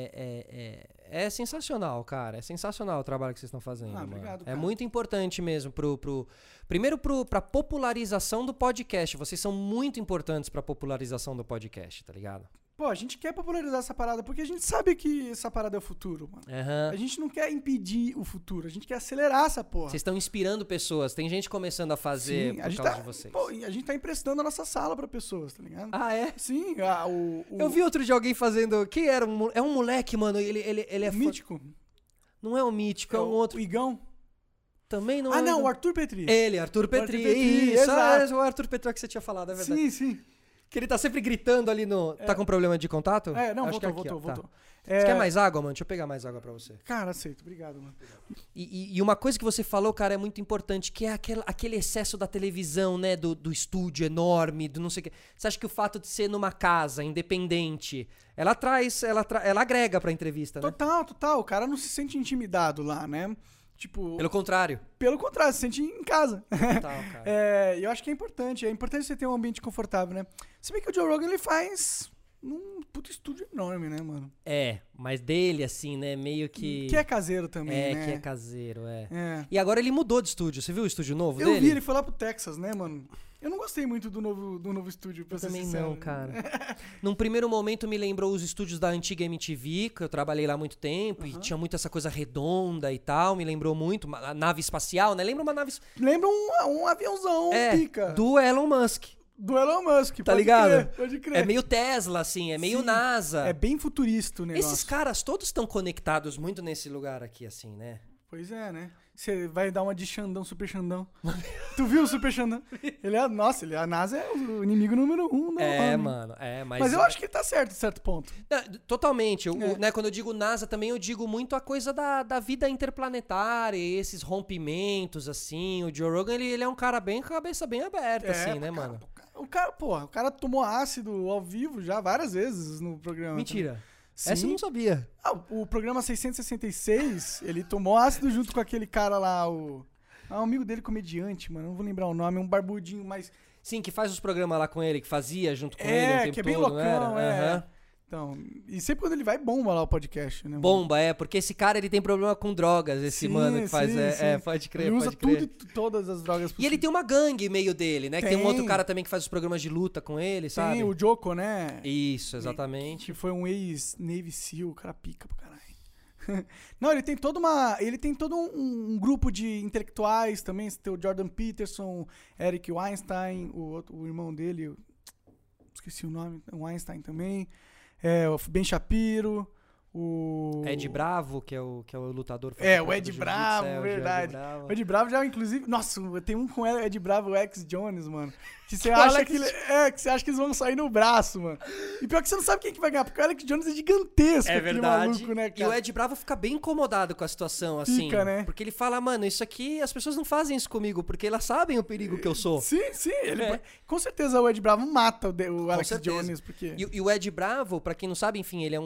S1: é, é- é- é- é sensacional, cara. É sensacional o trabalho que vocês estão fazendo.
S2: Ah,
S1: mano.
S2: obrigado,
S1: é
S2: cara.
S1: muito importante mesmo pro. pro primeiro, pro, pra popularização do podcast. Vocês são muito importantes pra popularização do podcast, tá ligado?
S2: Pô, a gente quer popularizar essa parada porque a gente sabe que essa parada é o futuro, mano.
S1: Aham.
S2: A gente não quer impedir o futuro, a gente quer acelerar essa porra.
S1: Vocês estão inspirando pessoas. Tem gente começando a fazer
S2: Sim,
S1: por
S2: a gente
S1: causa
S2: tá,
S1: de vocês.
S2: pô, e a gente tá emprestando a nossa sala pra pessoas, tá ligado?
S1: Ah, é?
S2: Sim, a- o, o
S1: Eu vi outro de alguém fazendo. Quem era? Um, mo- é um moleque, mano. Ele, ele, ele é.
S2: o
S1: fo-
S2: mítico.
S1: Não é um mítico, é,
S2: o-
S1: um outro.
S2: O Igão.
S1: Também não
S2: ah,
S1: é.
S2: não, o Arthur Petri.
S1: Ele, Arthur Petri.
S2: Petri,
S1: isso,
S2: exato.
S1: ah, é o Arthur Petri que você tinha falado, é verdade.
S2: sim, sim.
S1: Que ele tá sempre gritando ali no. Tá com problema de contato?
S2: É, não,
S1: Acho que
S2: voltou,
S1: aqui, ó,
S2: voltou,
S1: tá.
S2: voltou.
S1: Você
S2: É,
S1: quer mais Tá, né? água, mano? Deixa eu pegar mais água pra você.
S2: Cara, aceito, obrigado, mano.
S1: E, e- e uma coisa que você falou, cara, é muito importante, que é aquela- aquele excesso da televisão, né? Do, do estúdio enorme, do não sei o quê. Você acha que o fato de ser numa casa independente, ela traz, ela, tra- ela agrega pra entrevista, né?
S2: Total, total. O cara não se sente intimidado lá, né? Tipo,
S1: Pelo
S2: pelo,
S1: contrário.
S2: contrário, se sente em casa.
S1: Total, cara.
S2: É, eu acho que é importante. É importante você ter um ambiente confortável, né? Se bem que o Joe Rogan, ele faz num puto estúdio enorme, né, mano?
S1: É, mas dele, assim, né? Meio que.
S2: Que é caseiro também,
S1: É,
S2: né?
S1: que é caseiro, é.
S2: É.
S1: E agora ele mudou de estúdio. Você viu o estúdio novo
S2: Eu
S1: dele?
S2: vi, ele foi lá pro Texas, né, mano? Eu não gostei muito do novo, do novo estúdio, pra
S1: Eu
S2: ser
S1: também
S2: sincero.
S1: não, cara. Num primeiro momento me lembrou os estúdios da antiga MTV, que eu trabalhei lá há muito tempo, e tinha muito essa coisa redonda e tal, me lembrou muito. Uma- A nave espacial, né? Lembra uma nave. es-
S2: Lembra um, um aviãozão
S1: é,
S2: pica do,
S1: do Elon Musk.
S2: Elon Musk,
S1: Tá
S2: pode
S1: ligado?
S2: crer, pode crer.
S1: É meio Tesla, assim, é meio
S2: Sim,
S1: NASA.
S2: É bem futurista o negócio.
S1: Esses caras todos estão conectados muito nesse lugar aqui, assim, né?
S2: Pois é, né? Você vai dar uma de Xandão, Super Xandão. tu viu o Super Xandão? Ele é, nossa, ele, a NASA é o inimigo número um da
S1: É,
S2: homem.
S1: mano, é, mas.
S2: Mas eu acho que ele tá certo, de certo ponto.
S1: Não, Totalmente. O-
S2: É.
S1: né, quando eu digo NASA também, eu digo muito a coisa da, da vida interplanetária, e esses rompimentos, assim. O Joe Rogan, ele, ele é um cara bem com a cabeça bem aberta,
S2: É,
S1: assim,
S2: pô,
S1: né,
S2: cara,
S1: mano?
S2: pô, cara, O cara, porra, o cara tomou ácido ao vivo já várias vezes no programa. né?
S1: Mentira.
S2: Sim.
S1: Essa eu não sabia.
S2: Ah, o programa 666, ele tomou ácido junto com aquele cara lá, o. Ah, um amigo dele, comediante, mano. Não vou lembrar o nome, é um barbudinho, mas.
S1: Sim, que faz os programas lá com ele, que fazia junto com ele o
S2: É,
S1: tempo
S2: que é bem
S1: todo, não era?
S2: loucão, é.
S1: Aham.
S2: Então, e sempre quando ele vai, bomba lá o podcast, né? mano?
S1: Bomba, é, porque esse cara ele tem problema com drogas, esse
S2: Sim,
S1: mano que faz.
S2: sim,
S1: é,
S2: sim.
S1: é, pode crer,
S2: Ele usa
S1: pode crer.
S2: tudo e tu- todas as drogas
S1: E ele tem uma gangue meio dele, né? Que tem um
S2: Tem.
S1: outro cara também que faz os programas de luta com ele, sabe?
S2: Tem o Joko, né?
S1: Isso, exatamente.
S2: Que foi um ex-Navy SEAL, o cara pica pra caralho. Não, ele tem toda uma. Ele tem todo um, um grupo de intelectuais também. Você tem o Jordan Peterson, Eric Weinstein, o, outro, o irmão dele, eu esqueci o nome, o Weinstein também. É, o Ben Shapiro, o.
S1: Ed Bravo, que é o, que é o lutador.
S2: É, o
S1: famoso
S2: Ed
S1: do jiu-jitsu,
S2: Bravo,
S1: é, o
S2: verdade.
S1: Ed Bravo.
S2: O Ed Bravo já, inclusive. Nossa, tem um com o Ed Bravo, o X Jones, mano. Que você
S1: Alex
S2: acha que. ele- É, que você acha que eles vão sair no braço, mano. E pior que você não sabe quem que vai ganhar, porque o Alex Jones é gigantesco,
S1: É
S2: aquele
S1: verdade.
S2: maluco, né,
S1: e o
S2: cara?
S1: Ed Bravo fica bem incomodado com a situação, assim.
S2: Fica, né?
S1: Porque ele fala, mano, isso aqui, as pessoas não fazem isso comigo, porque elas sabem o perigo que eu sou.
S2: Sim, sim, ele.
S1: É.
S2: Com certeza o Ed Bravo mata o, de- o Alex
S1: certeza.
S2: Jones, porque.
S1: E, e o Ed Bravo, pra quem não sabe, enfim, ele é um,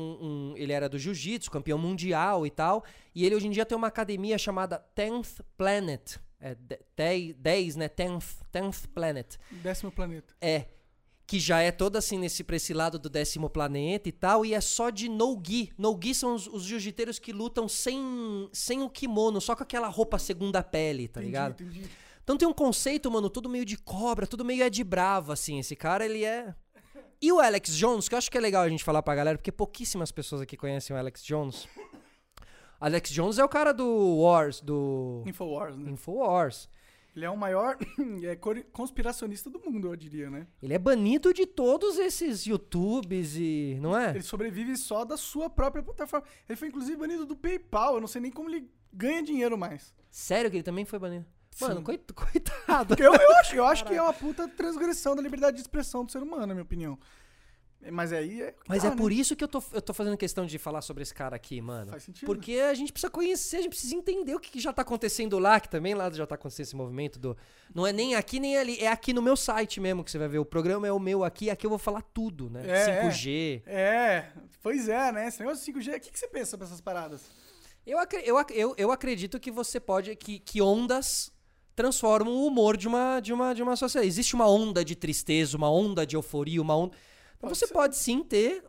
S1: um- ele era do jiu-jitsu, campeão mundial e tal, e ele hoje em dia tem uma academia chamada 10th Planet. É 10, né? 10th, 10th Planet.
S2: Décimo planeta.
S1: É. Que já é todo assim nesse pra esse lado do décimo planeta e tal, e é só de no-gi. No-gi são os, os jiu-jiteiros que lutam sem, sem o kimono, só com aquela roupa segunda pele, tá ligado?
S2: Entendi, entendi.
S1: Então tem um conceito, mano, tudo meio de cobra, tudo meio é de bravo, assim. Esse cara, ele é. E o Alex Jones, que eu acho que é legal a gente falar pra galera, porque pouquíssimas pessoas aqui conhecem o Alex Jones. Alex Jones é o cara do Wars, do
S2: Infowars, né?
S1: Infowars.
S2: Ele é o maior é, cori- conspiracionista do mundo, eu diria, né?
S1: Ele é banido de todos esses YouTubes e. não é?
S2: Ele sobrevive só da sua própria plataforma. Ele foi, inclusive, banido do PayPal. Eu não sei nem como ele ganha dinheiro mais.
S1: Sério que ele também foi banido? Mano,
S2: Sim.
S1: coit- coitado.
S2: Porque eu, eu acho, eu acho que é uma puta transgressão da liberdade de expressão do ser humano, na minha opinião. É, Mas aí é.
S1: Mas é por isso que eu tô, eu tô fazendo questão de falar sobre esse cara aqui, mano.
S2: Faz sentido.
S1: Porque a gente precisa conhecer, a gente precisa entender o que, que já tá acontecendo lá, que também lá já tá acontecendo esse movimento do. Não é nem aqui nem ali, é aqui no meu site mesmo que você vai ver. O programa é o meu aqui, aqui eu vou falar tudo, né?
S2: É,
S1: 5G.
S2: É, pois é, né? Esse negócio de 5G, o que, que você pensa pra essas paradas?
S1: Eu, acre- eu, ac- eu, eu acredito que você pode. que, que ondas transformam o humor de uma, de, uma, de uma sociedade. Existe uma onda de tristeza, uma onda de euforia, uma onda. Então
S2: Pode
S1: você
S2: ser.
S1: pode sim ter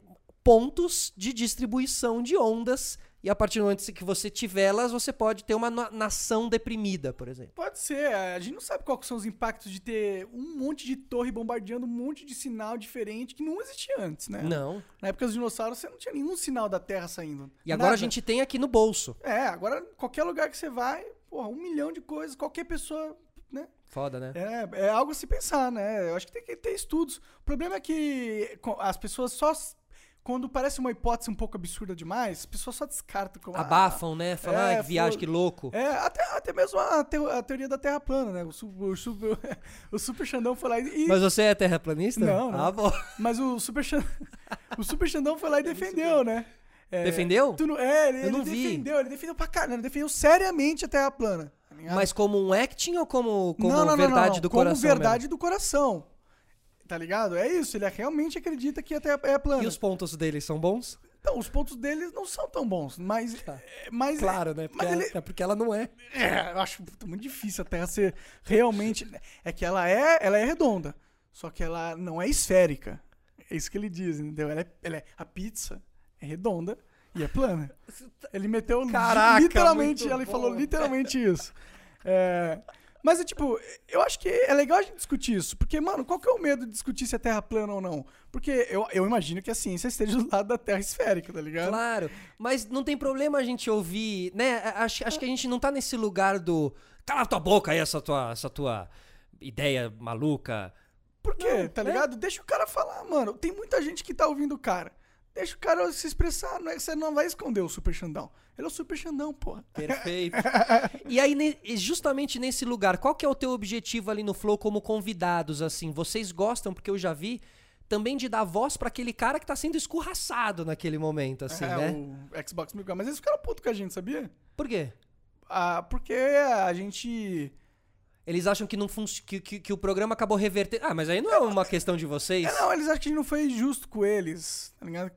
S1: pontos de distribuição de ondas. E a partir do momento que você tiver elas, você pode ter uma na- nação deprimida, por exemplo.
S2: Pode ser, a gente não sabe quais são os impactos de ter um monte de torre bombardeando um monte de sinal diferente que não existia antes, né?
S1: Não.
S2: Na época dos dinossauros você não tinha nenhum sinal da Terra saindo.
S1: E agora a
S2: Nada.
S1: gente tem aqui no bolso.
S2: É, agora qualquer lugar que você vai, porra, um milhão de coisas, qualquer pessoa, né?
S1: Foda, né?
S2: É, é algo a se pensar, né? Eu acho que tem que ter estudos. O problema é que co- as pessoas só. s- Quando parece uma hipótese um pouco absurda demais, as pessoas só descartam. Como, ah,
S1: Abafam, né? Falar,
S2: é,
S1: ah, que viagem,
S2: foda.
S1: que louco.
S2: é, até, até mesmo a, teo- a teoria da Terra plana, né? O, su- o, super, o Super Xandão foi lá e.
S1: Mas você é terraplanista?
S2: Não, não.
S1: Ah, bom.
S2: Mas o Super Xandão, o super Xandão foi lá e defendeu, né? É,
S1: Defendeu?
S2: Tu não, é, ele,
S1: Eu não
S2: ele
S1: vi.
S2: defendeu, ele defendeu pra caralho, ele defendeu seriamente a Terra plana. tá ligado?
S1: Mas como um acting ou como, como
S2: não, não, não,
S1: verdade
S2: não, não.
S1: do
S2: como
S1: coração? mesmo?
S2: verdade do coração. Tá ligado? É isso, ele realmente acredita que a Terra é plana.
S1: E os pontos dele são bons?
S2: Então, os pontos deles não são tão bons, mas. é,
S1: Tá.
S2: mas
S1: Claro, né? Porque,
S2: Mas
S1: ela,
S2: ele-
S1: é porque ela não é.
S2: É, eu acho puta, muito difícil a Terra ser realmente. É que ela é, ela é redonda, só que ela não é esférica. É isso que ele diz, entendeu? Ela é, ela é- a pizza é redonda e é plana. Ele meteu li-
S1: Caraca,
S2: literalmente,
S1: muito
S2: ela
S1: bom.
S2: falou literalmente isso. É, mas é tipo, eu acho que é legal a gente discutir isso, porque, mano, qual que é o medo de discutir se a Terra é plana ou não? Porque eu, eu imagino que a ciência esteja do lado da Terra esférica, tá ligado?
S1: Claro. Mas não tem problema a gente ouvir, né? A- Acho, acho que a gente não tá nesse lugar do. Cala tua boca aí, essa tua, essa tua ideia maluca.
S2: Por quê?
S1: Não,
S2: tá
S1: né?
S2: ligado? Deixa o cara falar, mano. Tem muita gente que tá ouvindo o cara. Deixa o cara se expressar, não é, você não vai esconder o Super Xandão. Ele é o Super Xandão, porra.
S1: Perfeito. E aí, ne- e justamente nesse lugar, qual que é o teu objetivo ali no Flow como convidados, assim? Vocês gostam, porque eu já vi, também de dar voz pra aquele cara que tá sendo escorraçado naquele momento, assim,
S2: é,
S1: né?
S2: o Xbox Mil Grau. Mas eles ficaram putos com a gente, sabia?
S1: Por quê?
S2: Ah, porque a gente.
S1: Eles acham que, não func- que, que, que o programa acabou revertendo. Ah, mas aí não é uma questão de vocês.
S2: É, não, eles acham que a gente não foi justo com eles, tá ligado?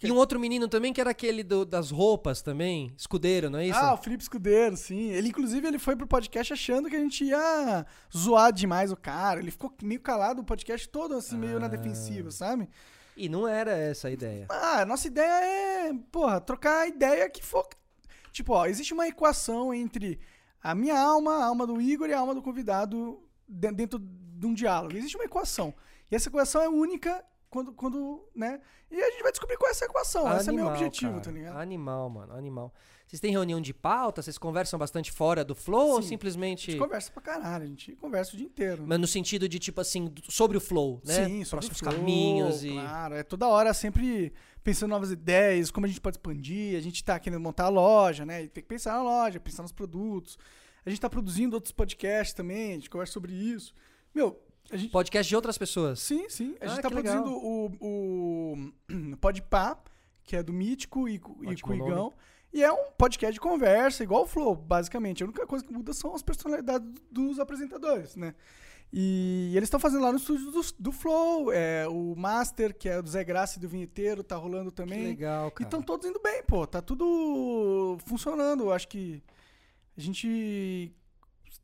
S1: E um outro menino também, que era aquele do- das roupas também, escudeiro, não é isso?
S2: Ah, o Felipe Escudeiro, sim. Ele, inclusive, ele foi pro podcast achando que a gente ia zoar demais o cara. Ele ficou meio calado o podcast todo, assim, meio na
S1: Ah.
S2: defensiva, sabe?
S1: E não era essa a ideia.
S2: Ah, a nossa ideia é, porra, trocar a ideia que for. Tipo, ó, existe uma equação entre a minha alma, a alma do Igor e a alma do convidado de- dentro de um diálogo. Existe uma equação. E essa equação é única quando, quando né? E a gente vai descobrir qual é essa equação. Esse é meu objetivo,
S1: cara.
S2: tá ligado?
S1: Animal, mano, animal. Vocês têm reunião de pauta? Vocês conversam bastante fora do flow ou
S2: Sim. A
S1: simplesmente.
S2: gente conversa pra caralho, a gente conversa o dia inteiro. né?
S1: Mas no sentido de, tipo assim, do- sobre o flow, né?
S2: Sim, sobre
S1: Próximos
S2: o flow,
S1: caminhos e.
S2: Claro, é toda hora sempre pensando em novas ideias, como a gente pode expandir, a gente tá querendo montar a loja, né? E tem que pensar na loja, pensar nos produtos. A gente tá produzindo outros podcasts também, a gente conversa sobre isso. Meu, a gente.
S1: Podcast de outras pessoas.
S2: Sim, sim. A
S1: Ah,
S2: gente tá
S1: que
S2: produzindo
S1: legal.
S2: o, o Podpá, que é do Mítico e, co- e
S1: Ótimo
S2: com o Igão. E é um podcast de conversa, igual o Flow, basicamente. A única coisa que muda são as personalidades dos apresentadores, né? E eles estão fazendo lá no estúdio do, do Flow. É, o Master, que é do Zé Graça e do Vinheteiro, tá rolando
S1: Que
S2: também. Então-
S1: legal,
S2: E
S1: cara.
S2: estão todos indo bem, pô. Tá tudo funcionando. Eu acho que a gente.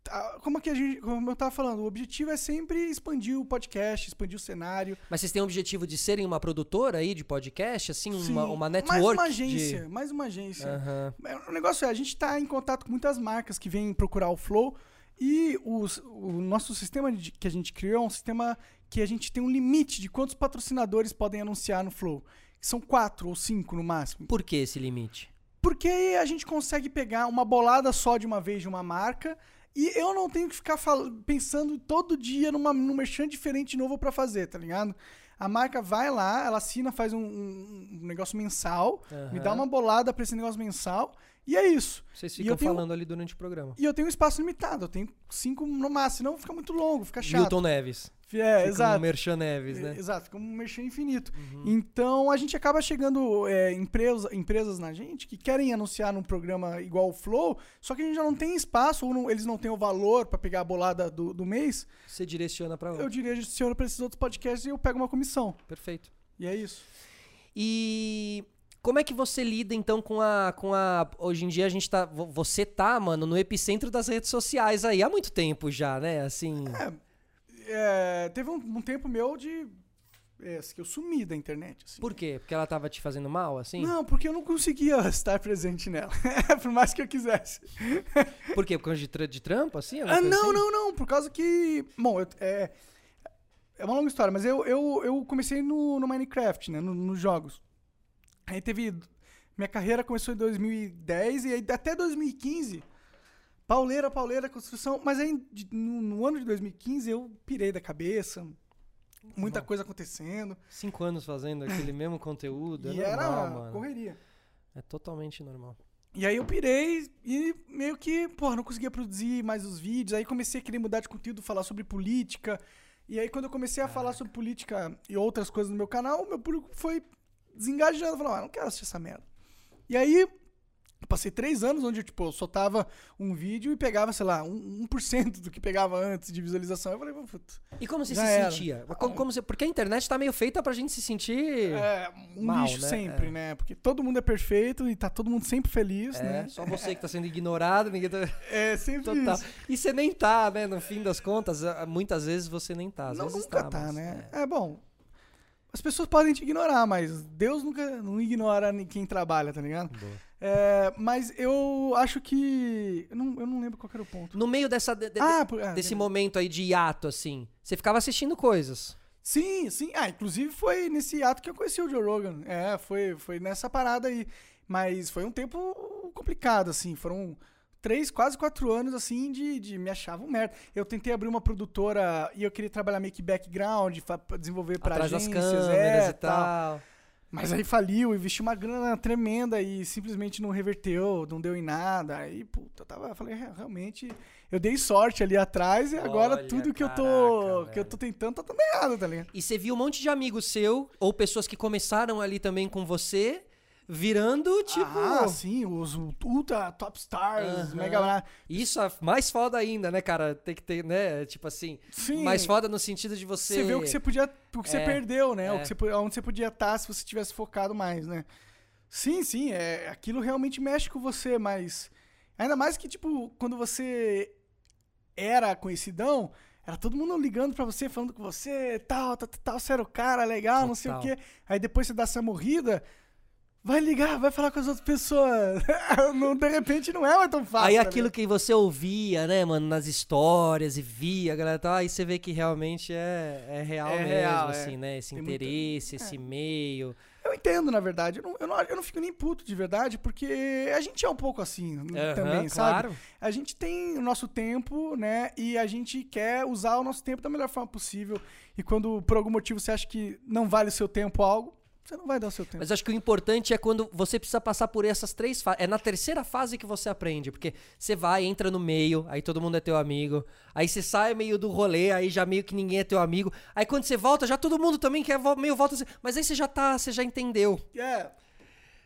S2: tá- Como, é que a gente, como eu tava falando, o objetivo é sempre expandir o podcast, expandir o cenário.
S1: Mas vocês têm o objetivo de serem uma produtora aí de podcast, assim, uma,
S2: Sim,
S1: uma network?
S2: Mais uma
S1: de-
S2: agência, mais uma agência.
S1: Aham.
S2: É, O negócio é, a gente tá em contato com muitas marcas que vêm procurar o Flow e os- o nosso sistema de- que a gente criou é um sistema que a gente tem um limite de quantos patrocinadores podem anunciar no Flow. São quatro ou cinco no máximo.
S1: Por que esse limite?
S2: Porque aí a gente consegue pegar uma bolada só de uma vez de uma marca e eu não tenho que ficar fal- pensando todo dia numa, num merchan diferente novo pra fazer, tá ligado? A marca vai lá, ela assina, faz um, um- um negócio mensal, me dá
S1: Aham.
S2: uma bolada pra esse negócio mensal e é isso.
S1: Vocês
S2: E
S1: ficam
S2: eu tenho-
S1: falando ali durante o programa.
S2: E eu tenho um espaço limitado, eu tenho cinco no máximo, senão fica muito longo, fica chato.
S1: Milton Neves.
S2: É,
S1: Fica um
S2: exato.
S1: Merchan Neves, né? Uhum.
S2: Exato, fica um merchan infinito. Então a gente acaba chegando é, empresa- empresas na gente que querem anunciar num programa igual o Flow, só que a gente já não tem espaço, ou não- eles não têm o valor pra pegar a bolada do, do mês.
S1: Você direciona pra
S2: Eu
S1: onde?
S2: diria, senhora, pra esses outros podcasts e eu pego uma comissão.
S1: Perfeito.
S2: E é isso.
S1: E como é que você lida então com a com a hoje em dia a gente tá vo- você tá, mano, no epicentro das redes sociais aí há muito tempo já, né? Assim,
S2: É, teve um, um tempo meu de. é, que eu sumi da internet. Assim.
S1: por quê? Porque ela tava te fazendo mal assim?
S2: Não, porque eu não conseguia estar presente nela. Por mais que eu quisesse.
S1: Por quê? Por causa de, tra- de trampo assim? alguma
S2: Ah,
S1: coisa
S2: não,
S1: assim?
S2: não, não. Por causa que. Bom, eu- é. É uma longa história, mas eu, eu, eu comecei no, no Minecraft, né? no- nos jogos. Aí teve. Minha carreira começou em 2010 e aí até 2015. Pauleira, pauleira, construção. Mas aí de- no, no ano de 2015 eu pirei da cabeça. Muita coisa acontecendo.
S1: Cinco anos fazendo aquele mesmo conteúdo, é
S2: e era
S1: normal, mano.
S2: correria.
S1: É totalmente normal.
S2: E aí eu pirei e meio que, porra, não conseguia produzir mais os vídeos. Aí comecei a querer mudar de conteúdo, falar sobre política. E aí quando eu comecei a falar sobre política e outras coisas no meu canal, o meu público foi desengajando. Falou, ah, não quero assistir essa merda. E aí eu passei três anos onde eu, tipo, eu soltava um vídeo e pegava, sei lá, um- 1% do que pegava antes de visualização. Eu falei, puta,
S1: E como você
S2: Já
S1: se
S2: era.
S1: sentia? Como, como você, porque a internet tá meio feita pra gente se sentir
S2: é um
S1: Mal,
S2: lixo
S1: né?
S2: sempre,
S1: É.
S2: né? Porque todo mundo é perfeito e tá todo mundo sempre feliz,
S1: É,
S2: né?
S1: só você que tá sendo ignorado, ninguém tá...
S2: É sempre
S1: Total.
S2: isso.
S1: E você nem tá, né? No fim das contas, a- muitas vezes você nem tá. Às
S2: não,
S1: vezes
S2: nunca tá,
S1: mas-
S2: né?
S1: é.
S2: É. bom. As pessoas podem te ignorar, mas Deus nunca não ignora ni- quem trabalha, tá ligado? É, mas eu acho que. Eu não, eu não lembro qual que era o ponto.
S1: No meio dessa, de- de-
S2: Ah, por, ah,
S1: desse
S2: beleza.
S1: momento aí de hiato, assim, você ficava assistindo coisas.
S2: Sim, sim. Ah, inclusive foi nesse ato que eu conheci o Joe Rogan. É, foi, foi nessa parada aí. Mas foi um tempo complicado, assim. Foram três, quase quatro anos, assim, de, de me achava um merda. Eu tentei abrir uma produtora e eu queria trabalhar meio que background, fa- pra desenvolver pra
S1: atrás das
S2: agências.
S1: câmeras
S2: é,
S1: e tal.
S2: Mas aí faliu, investiu uma grana tremenda e simplesmente não reverteu, não deu em nada. Aí, puta, eu tava, eu falei, "É, realmente, eu dei sorte ali atrás e agora
S1: Olha,
S2: tudo que eu tô
S1: caraca,
S2: que eu
S1: velho.
S2: tô tentando tá dando errado, tá ligado?
S1: E você viu um monte de amigo seu, ou pessoas que começaram ali também com você, virando, tipo.
S2: Ah, sim, os ultra top stars,
S1: Aham.
S2: mega mega...
S1: Isso é mais foda ainda, né, cara? Tem que ter, né? Tipo assim.
S2: Sim.
S1: Mais foda no sentido de você.
S2: Você vê o que você podia, o que você
S1: É,
S2: perdeu, né?
S1: é.
S2: O que você, po- onde você podia estar se você tivesse focado mais, né? Sim, sim, é, aquilo realmente mexe com você, mas ainda mais que tipo quando você era conhecidão, era todo mundo ligando pra você, falando com você, tal, tal, tal, tal, você era o cara legal, não sei o
S1: Total.
S2: quê. Aí depois você dá essa morrida, vai ligar, vai falar com as outras pessoas. não, de repente não é mais tão fácil.
S1: Aí
S2: tá
S1: aquilo que você ouvia, né, mano, nas histórias e via, a galera, tá, aí você vê que realmente é, é real
S2: É
S1: mesmo,
S2: real, é.
S1: assim, né? Esse
S2: Tem É. muita-
S1: interesse, esse meio.
S2: Eu entendo, na verdade. Eu não, eu, não, eu não fico nem puto de verdade, porque a gente é um pouco assim
S1: Aham,
S2: também, sabe?
S1: claro.
S2: A gente tem o nosso tempo, né? E a gente quer usar o nosso tempo da melhor forma possível. E quando, por algum motivo, você acha que não vale o seu tempo algo, você não vai dar o seu tempo.
S1: Mas eu acho que o importante é quando você precisa passar por essas três fases. É na terceira fase que você aprende, porque você vai, entra no meio, aí todo mundo é teu amigo. Aí você sai meio do rolê, aí já meio que ninguém é teu amigo. Aí quando você volta, já todo mundo também quer vo- meio volta. assim. Mas aí você já tá, você já entendeu.
S2: É.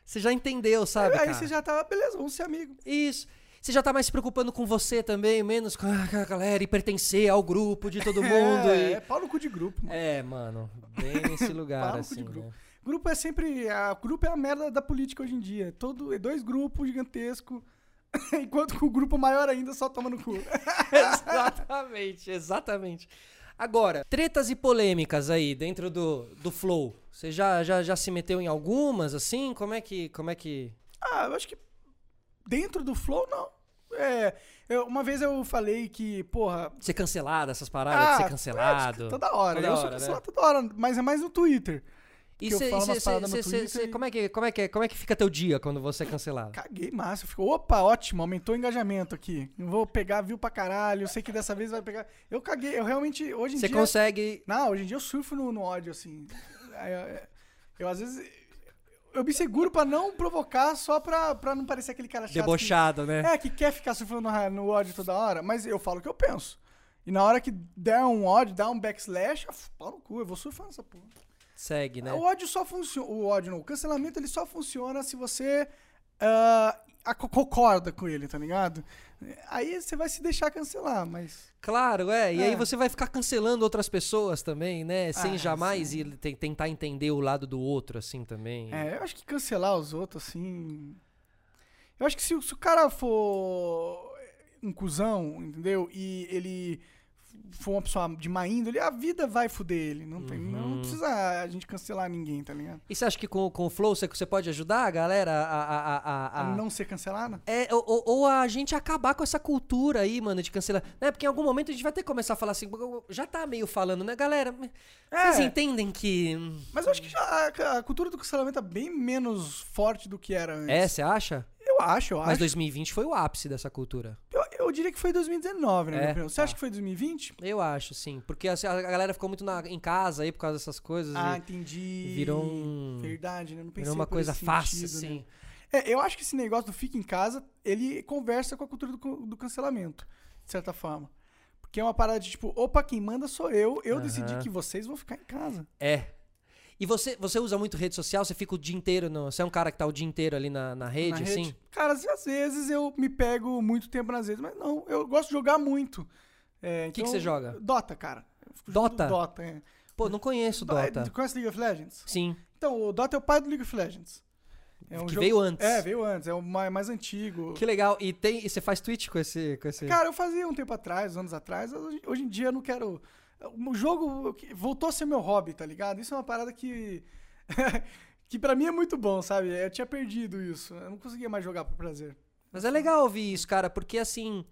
S1: Você já entendeu, sabe?
S2: aí
S1: cara?
S2: você já tá, beleza, vamos ser amigo.
S1: Isso. Você já tá mais se preocupando com você também, menos com a galera e pertencer ao grupo de todo mundo.
S2: é,
S1: e-
S2: é pau no cu de grupo, mano.
S1: É, mano, bem nesse lugar,
S2: Papo de
S1: assim,
S2: grupo.
S1: né?
S2: Grupo é sempre. A, grupo é a merda da política hoje em dia. Todo, é dois grupos gigantescos. Enquanto que o grupo maior ainda só toma no cu.
S1: exatamente, exatamente. Agora, tretas e polêmicas aí dentro do, do flow. Você já, já, já se meteu em algumas, assim? Como é que. Como é que.
S2: Ah, eu acho que dentro do flow, não. É, eu- uma vez eu falei que, porra.
S1: Ser cancelado, essas paradas de
S2: ah,
S1: ser cancelado.
S2: é, Toda hora.
S1: Toda
S2: eu
S1: hora, né?
S2: sou cancelado toda hora, mas é mais no Twitter.
S1: E
S2: que eu
S1: cê-
S2: falo
S1: e cê-
S2: umas paradas no
S1: cê- cê-
S2: Twitter
S1: cê-
S2: e-
S1: como é que- como é que- como é que fica teu dia quando você é cancelado?
S2: Caguei massa. Ficou, opa, ótimo, aumentou o engajamento aqui. Não vou pegar, viu pra caralho. Eu sei que dessa vez vai pegar. Eu caguei, eu realmente, hoje em
S1: Você
S2: dia.
S1: consegue
S2: Não, hoje em dia eu surfo no, no ódio, assim. Aí Eu, eu- eu, às vezes. Eu me seguro pra não provocar só pra, pra não parecer aquele cara chato. que-
S1: debochado, né?
S2: É, que quer ficar surfando no ra- no ódio toda hora, mas eu falo o que eu penso. E na hora que der um ódio, dar um backslash, ah, pau no cu, eu vou surfar nessa porra.
S1: Segue, né?
S2: É O ódio só funciona. O ódio não. O cancelamento ele só funciona se você ah, a- co- concorda com ele, tá ligado? Aí você vai se deixar cancelar, mas.
S1: Claro, é. E aí
S2: É.
S1: você vai ficar cancelando outras pessoas também, né? Sem
S2: Ah,
S1: jamais ir te- tentar entender o lado do outro, assim, também.
S2: É, eu acho que cancelar os outros, assim. Eu acho que se, o- se o cara for um cuzão, entendeu? E ele for uma pessoa de má índole, a vida vai fuder ele. Não, tem,
S1: Uhum.
S2: não precisa a gente cancelar ninguém, tá ligado?
S1: E você acha que com, com o Flow você, você pode ajudar a galera a. a, a, a-
S2: A
S1: a-
S2: não ser cancelada?
S1: É, ou- ou, ou a gente acabar com essa cultura aí, mano, de cancelar. Né? Porque em algum momento a gente vai ter que começar a falar assim. Já tá meio falando, né, galera? Vocês
S2: É.
S1: entendem que.
S2: Mas eu acho que já a, a cultura do cancelamento é bem menos forte do que era antes.
S1: É, você acha?
S2: Eu acho, eu
S1: Mas
S2: acho.
S1: 2020 foi o ápice dessa cultura.
S2: Eu, eu diria que foi 2019, né?
S1: É,
S2: minha opinião. Você
S1: tá.
S2: acha que foi 2020?
S1: Eu acho, sim. Porque assim, a galera ficou muito na- em casa aí por causa dessas coisas.
S2: Ah,
S1: e
S2: entendi.
S1: virou um-
S2: Verdade, né? Não pensei
S1: virou uma
S2: por
S1: coisa
S2: esse
S1: fácil,
S2: sentido, né?
S1: assim.
S2: É, eu acho que esse negócio do fica em casa, ele conversa com a cultura do, can- do cancelamento, de certa forma. Porque é uma parada de tipo, opa, quem manda sou eu, eu decidi
S1: Aham.
S2: que vocês vão ficar em casa.
S1: É. E você, você usa muito rede social? Você fica o dia inteiro no. Você é um cara que tá o dia inteiro ali na, na rede,
S2: na
S1: assim?
S2: rede. Cara, às às vezes eu me pego muito tempo nas redes, mas não, eu gosto de jogar muito. É,
S1: Que que
S2: então,
S1: você joga?
S2: Dota, cara. Eu fico
S1: Dota?
S2: jogando Dota, é.
S1: Pô, não conheço o
S2: Do- é,
S1: Dota.
S2: Tu conhece League of Legends?
S1: Sim.
S2: Então, o Dota é o pai do League of Legends. É
S1: que veio antes.
S2: É, veio antes, é o mais, mais antigo.
S1: Que legal. E, tem, e você faz tweet com esse. Com esse...
S2: Cara, eu fazia um tempo atrás, anos atrás, hoje- hoje em dia eu não quero. O jogo que- voltou a ser meu hobby, tá ligado? Isso é uma parada que. que pra mim é muito bom, sabe? Eu tinha perdido isso. Eu não conseguia mais jogar por prazer.
S1: Mas é legal ouvir isso, cara, porque assim.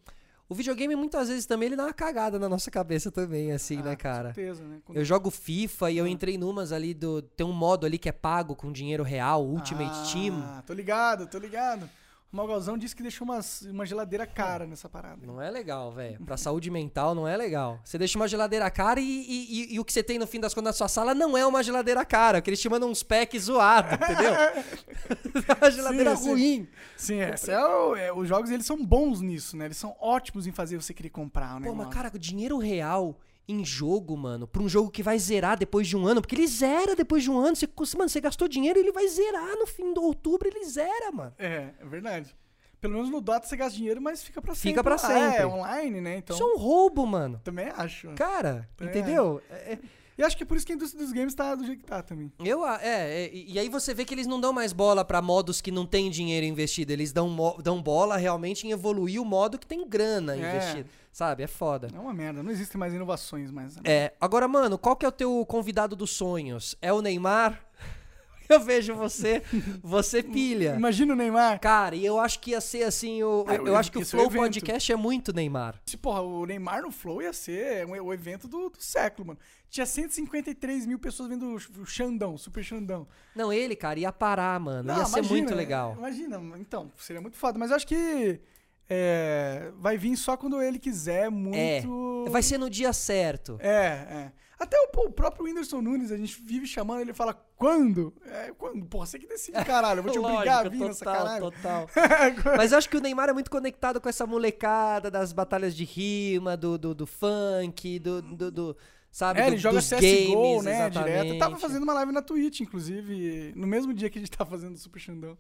S1: O videogame muitas vezes também ele dá uma cagada na nossa cabeça também, assim,
S2: Ah,
S1: né,
S2: com
S1: cara?
S2: certeza, Ah. né? Quando-
S1: Eu jogo FIFA e eu entrei numas ali do. Tem um modo ali que é pago com dinheiro real, Ultimate
S2: ah,
S1: Team.
S2: Tô ligado, tô ligado. Malgalzão disse que deixou umas, uma geladeira cara nessa parada.
S1: Não é legal, velho. Pra saúde mental não é legal. Você deixa uma geladeira cara e, e- e- e o que você tem no fim das contas na sua sala não é uma geladeira cara, porque eles te mandam uns packs zoados, entendeu? é uma geladeira
S2: Sim, sim.
S1: ruim.
S2: Sim, essa é, o- é, os jogos eles são bons nisso, né? Eles são ótimos em fazer você querer comprar, né?
S1: Pô, mas cara, dinheiro real em jogo, mano, pra um jogo que vai zerar depois de um ano, porque ele zera depois de um ano, você, cons- mano, você gastou dinheiro e ele vai zerar no fim de outubro, ele zera, mano.
S2: É, é verdade. Pelo menos no Dota você gasta dinheiro, mas fica pra sempre.
S1: Fica pra
S2: lá.
S1: sempre.
S2: É, online, né? Então,
S1: Isso é um roubo, mano.
S2: também acho.
S1: Cara,
S2: É.
S1: entendeu? É- é-
S2: E acho que é por isso que a indústria dos games tá do jeito que tá também.
S1: eu, a- é, é, e e aí você vê que eles não dão mais bola pra modos que não tem dinheiro investido, eles dão, mo- dão bola realmente em evoluir o modo que tem grana
S2: É.
S1: investida, sabe? É foda.
S2: É uma merda, não existem mais né? inovações, mas...
S1: É, agora, mano, qual que é o teu convidado dos sonhos? É o Neymar? Eu vejo você, você pilha.
S2: Imagina o Neymar.
S1: Cara, e eu acho que ia ser assim, o,
S2: Ah,
S1: eu,
S2: eu-
S1: acho que o
S2: isso é
S1: Flow
S2: evento.
S1: Podcast é muito Neymar.
S2: Se, porra, o Neymar no Flow ia ser um- o evento do, do século, mano. Tinha 153 mil pessoas vendo o X- o Xandão, Super Xandão.
S1: Não, ele, cara, ia parar, mano.
S2: Não,
S1: ia ser
S2: imagina,
S1: muito legal.
S2: Imagina, então, seria muito foda. Mas eu acho que é, vai vir só quando ele quiser, é muito...
S1: É. Vai ser no dia certo.
S2: É, é. Até o, pô, o próprio Whindersson Nunes, a gente vive chamando, ele fala, quando? É, quando? Porra, você que decide, caralho. Eu vou te obrigar a vir
S1: Lógico,
S2: nessa
S1: total,
S2: caralho.
S1: total. Mas eu acho que o Neymar é muito conectado com essa molecada das batalhas de rima, do, do, do funk, do, do, do- sabe,
S2: É,
S1: do-
S2: ele joga
S1: dos
S2: CSGO,
S1: games,
S2: né, direto. Eu tava
S1: exatamente.
S2: fazendo uma live na Twitch, inclusive, no mesmo dia que a gente tava fazendo o Super Xandão.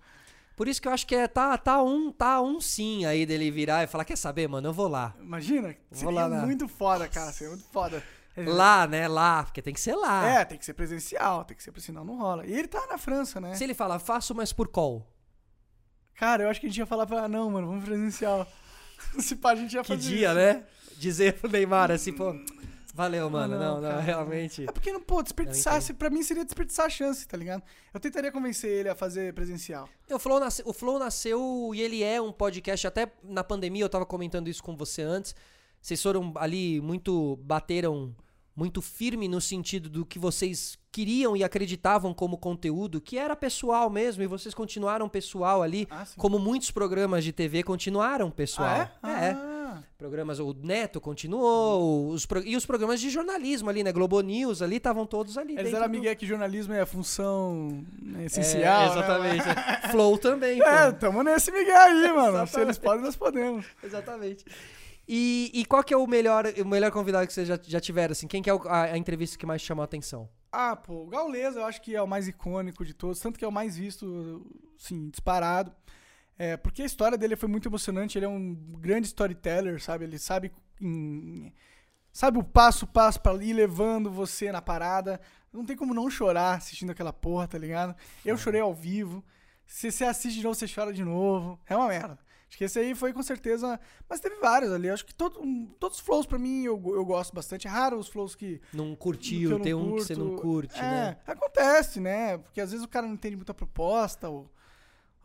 S1: Por isso que eu acho que é, tá, tá um, tá um sim aí dele virar e falar, quer saber, mano, eu vou lá.
S2: Imagina, seria
S1: lá na-
S2: muito foda, cara, seria muito foda. É,
S1: Lá, né, lá, porque tem que ser lá.
S2: É, tem que ser presencial, tem que ser, senão não rola. E ele tá na França, né?
S1: Se ele fala, faço, mas por call.
S2: Cara, eu acho que a gente ia falar pra ela, não, mano, vamos presencial. Se pá, a gente ia
S1: Que
S2: fazer
S1: dia,
S2: isso.
S1: né? Dizer pro Neymar assim, pô. Valeu, mano. Não,
S2: não,
S1: não,
S2: cara,
S1: realmente.
S2: É porque, não, pô,
S1: Eu
S2: desperdiçar, se- pra mim seria desperdiçar a chance, tá ligado? Eu tentaria convencer ele a fazer presencial.
S1: O Flow, nasce- o Flow nasceu e ele é um podcast. Até na pandemia, eu tava comentando isso com você antes. Vocês foram ali muito. bateram muito firme no sentido do que vocês queriam e acreditavam como conteúdo, que era pessoal mesmo, e vocês continuaram pessoal ali.
S2: Ah, sim.
S1: Como muitos programas de TV continuaram, pessoal.
S2: Ah, é? Ah,
S1: Programas, o Neto continuou, os pro- e os programas de jornalismo ali, né? Globo News ali, estavam todos ali.
S2: Eles
S1: dentro
S2: eram
S1: do-
S2: amigué que jornalismo é a função né,
S1: É,
S2: essencial. né,
S1: exatamente. Flow também, pô.
S2: É, tamo nesse migué aí, mano. Se eles podem, nós podemos.
S1: Exatamente. E, e qual que é o melhor, o melhor convidado que vocês já, já tiveram, assim? Quem que é o- a, a entrevista que mais chamou a atenção?
S2: Ah, pô, o Gaules eu acho que é o mais icônico de todos, tanto que é o mais visto, assim, disparado. É, porque a história dele foi muito emocionante, ele é um grande storyteller, sabe? Ele sabe em- sabe o passo a passo pra ir levando você na parada. Não tem como não chorar assistindo aquela porra, tá ligado? Eu chorei ao vivo. Se você assiste de novo, você chora de novo. É uma merda. Acho que esse aí foi com certeza. Mas teve vários ali. Acho que todo, um, todos os flows, pra mim, eu, eu gosto bastante. É raro os flows que
S1: Não
S2: do que
S1: curtiu,
S2: eu
S1: tem
S2: não
S1: um que você não
S2: curto.
S1: curte,
S2: é,
S1: né?
S2: acontece, né? Porque às vezes o cara não entende muita proposta, ou,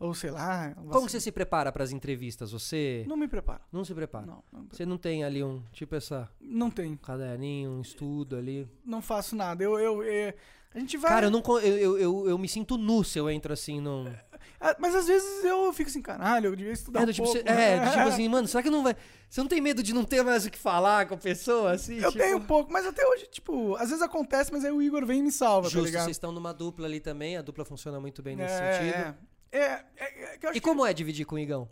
S2: ou sei lá. um
S1: Como que você se prepara pras entrevistas? Você não,
S2: Não me prepara.
S1: se prepara?
S2: Não, não,
S1: Você não tem ali um, tipo essa,
S2: não tem.
S1: um caderninho, um estudo ali?
S2: Não faço nada. Eu, eu, é, a gente vai.
S1: Cara, eu, não, con- eu, eu, eu, eu me sinto nu se eu entro assim num...
S2: Ah, Mas às vezes eu fico assim, caralho, eu devia estudar
S1: É,
S2: um
S1: do tipo,
S2: pouco.
S1: você- é, do tipo assim, mano, será que não vai... Você não tem medo de não ter mais o que falar com a pessoa, assim?
S2: Eu
S1: tipo...
S2: tenho um pouco, mas até hoje, tipo, às vezes acontece, mas aí o Igor vem e me salva,
S1: Justo,
S2: tá ligado?
S1: vocês estão numa dupla ali também, a dupla funciona muito bem nesse
S2: é,
S1: sentido.
S2: É, é, é, é que eu acho
S1: E como é dividir com o Igão?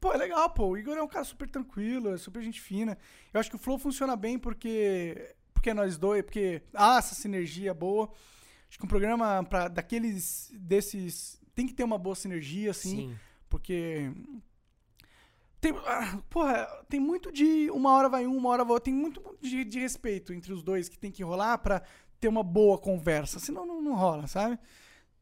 S2: Pô, é legal, pô. O Igor é um cara super tranquilo, é super gente fina. Eu acho que o Flow funciona bem porque. Porque é nós dois, porque há essa sinergia boa. Acho que um programa pra, daqueles. desses. Tem que ter uma boa sinergia, assim. Porque. Tem, ah, porra, tem muito de uma hora vai um, uma hora vai outra. Tem muito de, de respeito entre os dois que tem que rolar pra ter uma boa conversa. Senão não, não rola, sabe?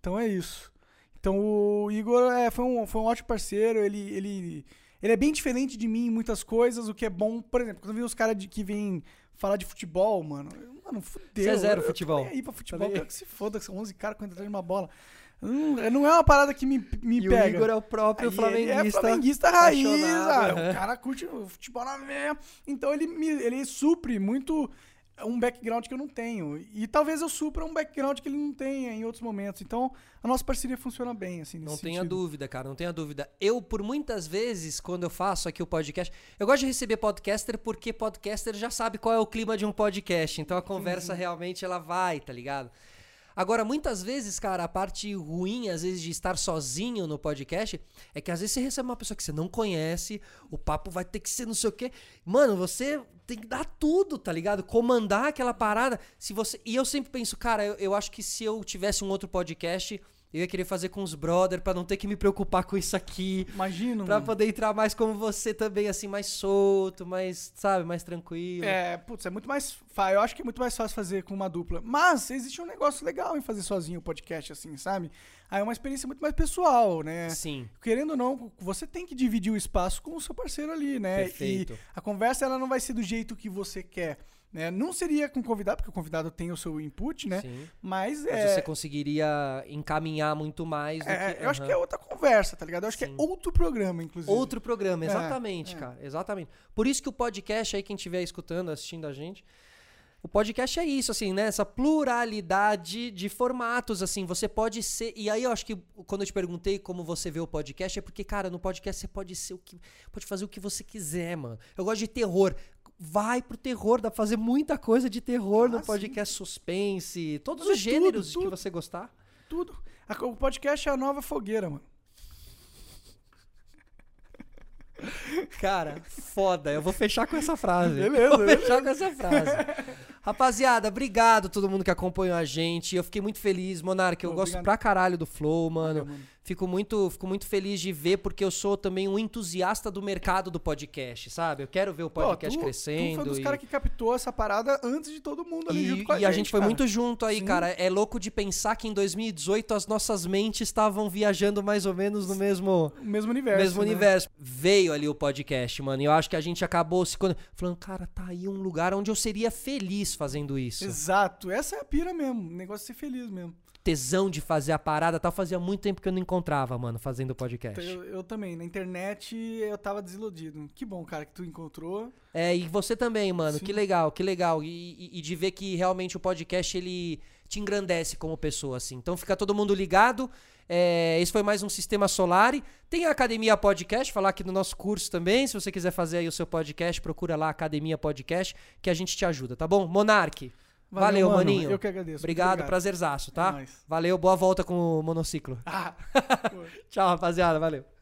S2: Então é isso. Então o Igor é, foi, um, foi um ótimo parceiro. Ele, ele, ele é bem diferente de mim em muitas coisas, o que é bom. Por exemplo, quando eu vi os caras de- que vêm falar de futebol, mano. eu- Mano, fudeu.
S1: Você é zero
S2: eu- eu
S1: futebol.
S2: tô nem aí pra futebol.
S1: nem aí.
S2: quero que se foda, que são 11 caras correndo atrás de uma bola. Hum, não é uma parada que me, me
S1: E
S2: pega.
S1: o Igor é o próprio
S2: Aí Ele é
S1: flamenguista.
S2: flamenguista raiz,
S1: apaixonado,
S2: ah,
S1: né?
S2: o cara curte o futebol na veia. Então ele, me- ele supre muito um background que eu não tenho. E talvez eu supra um background que ele não tenha em outros momentos. Então, a nossa parceria funciona bem, assim, nesse
S1: Não tenha
S2: sentido.
S1: dúvida, cara, não tenha dúvida. Eu, por muitas vezes, quando eu faço aqui o podcast, eu gosto de receber podcaster porque podcaster já sabe qual é o clima de um podcast. Então a
S2: Uhum.
S1: conversa realmente ela vai, tá ligado? Agora, muitas vezes, cara, a parte ruim, às vezes, de estar sozinho no podcast é que às vezes você recebe uma pessoa que você não conhece, o papo vai ter que ser não sei o quê. Mano, você tem que dar tudo, tá ligado? Comandar aquela parada. Se você... E eu sempre penso, cara, eu, eu acho que se eu tivesse um outro podcast, eu ia querer fazer com os brother pra não ter que me preocupar com isso aqui.
S2: Imagino.
S1: Pra
S2: mano.
S1: poder entrar mais como você também, assim, mais solto, mais, sabe, mais tranquilo.
S2: É, putz, é muito mais fácil. Eu acho que é muito mais fácil fazer com uma dupla. Mas existe um negócio legal em fazer sozinho o podcast, assim, sabe? Aí é uma experiência muito mais pessoal, né?
S1: Sim.
S2: Querendo ou não, você tem que dividir o espaço com o seu parceiro ali, né?
S1: Perfeito.
S2: E a conversa ela não vai ser do jeito que você quer. Né? Não seria com o convidado, porque o convidado tem o seu input, né?
S1: Sim.
S2: Mas,
S1: Mas
S2: é,
S1: você conseguiria encaminhar muito mais do
S2: é,
S1: que.
S2: eu acho que é
S1: Aham.
S2: outra conversa, tá ligado? Eu acho que
S1: Sim.
S2: é outro programa, inclusive.
S1: Outro programa,
S2: É,
S1: exatamente,
S2: é.
S1: cara. Exatamente. Por isso que o podcast aí, quem estiver escutando, assistindo a gente. O podcast é isso, assim, né? Essa pluralidade de formatos, assim, você pode ser. E aí eu acho que quando eu te perguntei como você vê o podcast, é porque, cara, no podcast você pode ser o que. Pode fazer o que você quiser, mano. Eu gosto de terror. Vai pro terror, dá pra fazer muita coisa de terror
S2: Ah,
S1: no
S2: sim.
S1: podcast suspense, todos
S2: Fazer
S1: os gêneros
S2: tudo, tudo.
S1: que você gostar.
S2: Tudo. A- O podcast é a nova fogueira, mano.
S1: Cara, foda. Eu vou fechar com essa frase.
S2: Beleza,
S1: Vou fechar com essa frase. Rapaziada, obrigado a todo mundo que acompanhou a gente. Eu fiquei muito feliz, Monark. Eu
S2: Pô,
S1: gosto
S2: obrigado.
S1: pra caralho do Flow, mano.
S2: mano.
S1: Fico muito, fico muito feliz de ver, porque eu sou também um entusiasta do mercado do podcast, sabe? Eu quero ver o
S2: Pô,
S1: podcast
S2: tu-
S1: crescendo.
S2: Tu foi um dos
S1: e-
S2: caras que captou essa parada antes de todo mundo ali
S1: e,
S2: junto com a
S1: e
S2: gente.
S1: a gente foi
S2: cara.
S1: muito junto aí,
S2: Sim.
S1: cara. É louco de pensar que em 2018 as nossas mentes estavam viajando mais ou menos no mesmo,
S2: O mesmo universo.
S1: mesmo
S2: né?
S1: universo. Veio ali o podcast, mano. E eu acho que a gente acabou se conectando. Falando, cara, tá aí um lugar onde eu seria feliz fazendo isso.
S2: Exato. Essa é a pira mesmo. O negócio é ser feliz mesmo.
S1: Tesão de fazer a parada e tal. Fazia muito tempo que eu não encontrava, mano, fazendo podcast.
S2: Eu, eu também. Na internet eu tava desiludido. Que bom, cara, que tu encontrou.
S1: É, e você também, mano.
S2: Sim.
S1: Que legal, que legal. E, e- e de ver que realmente o podcast ele te engrandece como pessoa, assim. Então fica todo mundo ligado. É, esse foi mais um Sistema Solari. Tem a Academia Podcast, falar aqui no nosso curso também. Se você quiser fazer aí o seu podcast, procura lá Academia Podcast, que a gente te ajuda, tá bom? Monark, Valeu,
S2: mano.
S1: maninho.
S2: Eu que agradeço.
S1: obrigado,
S2: Muito
S1: prazerzaço,
S2: É
S1: tá?
S2: nóis.
S1: Valeu, boa volta com o monociclo.
S2: Ah, pô.
S1: Tchau, rapaziada, valeu.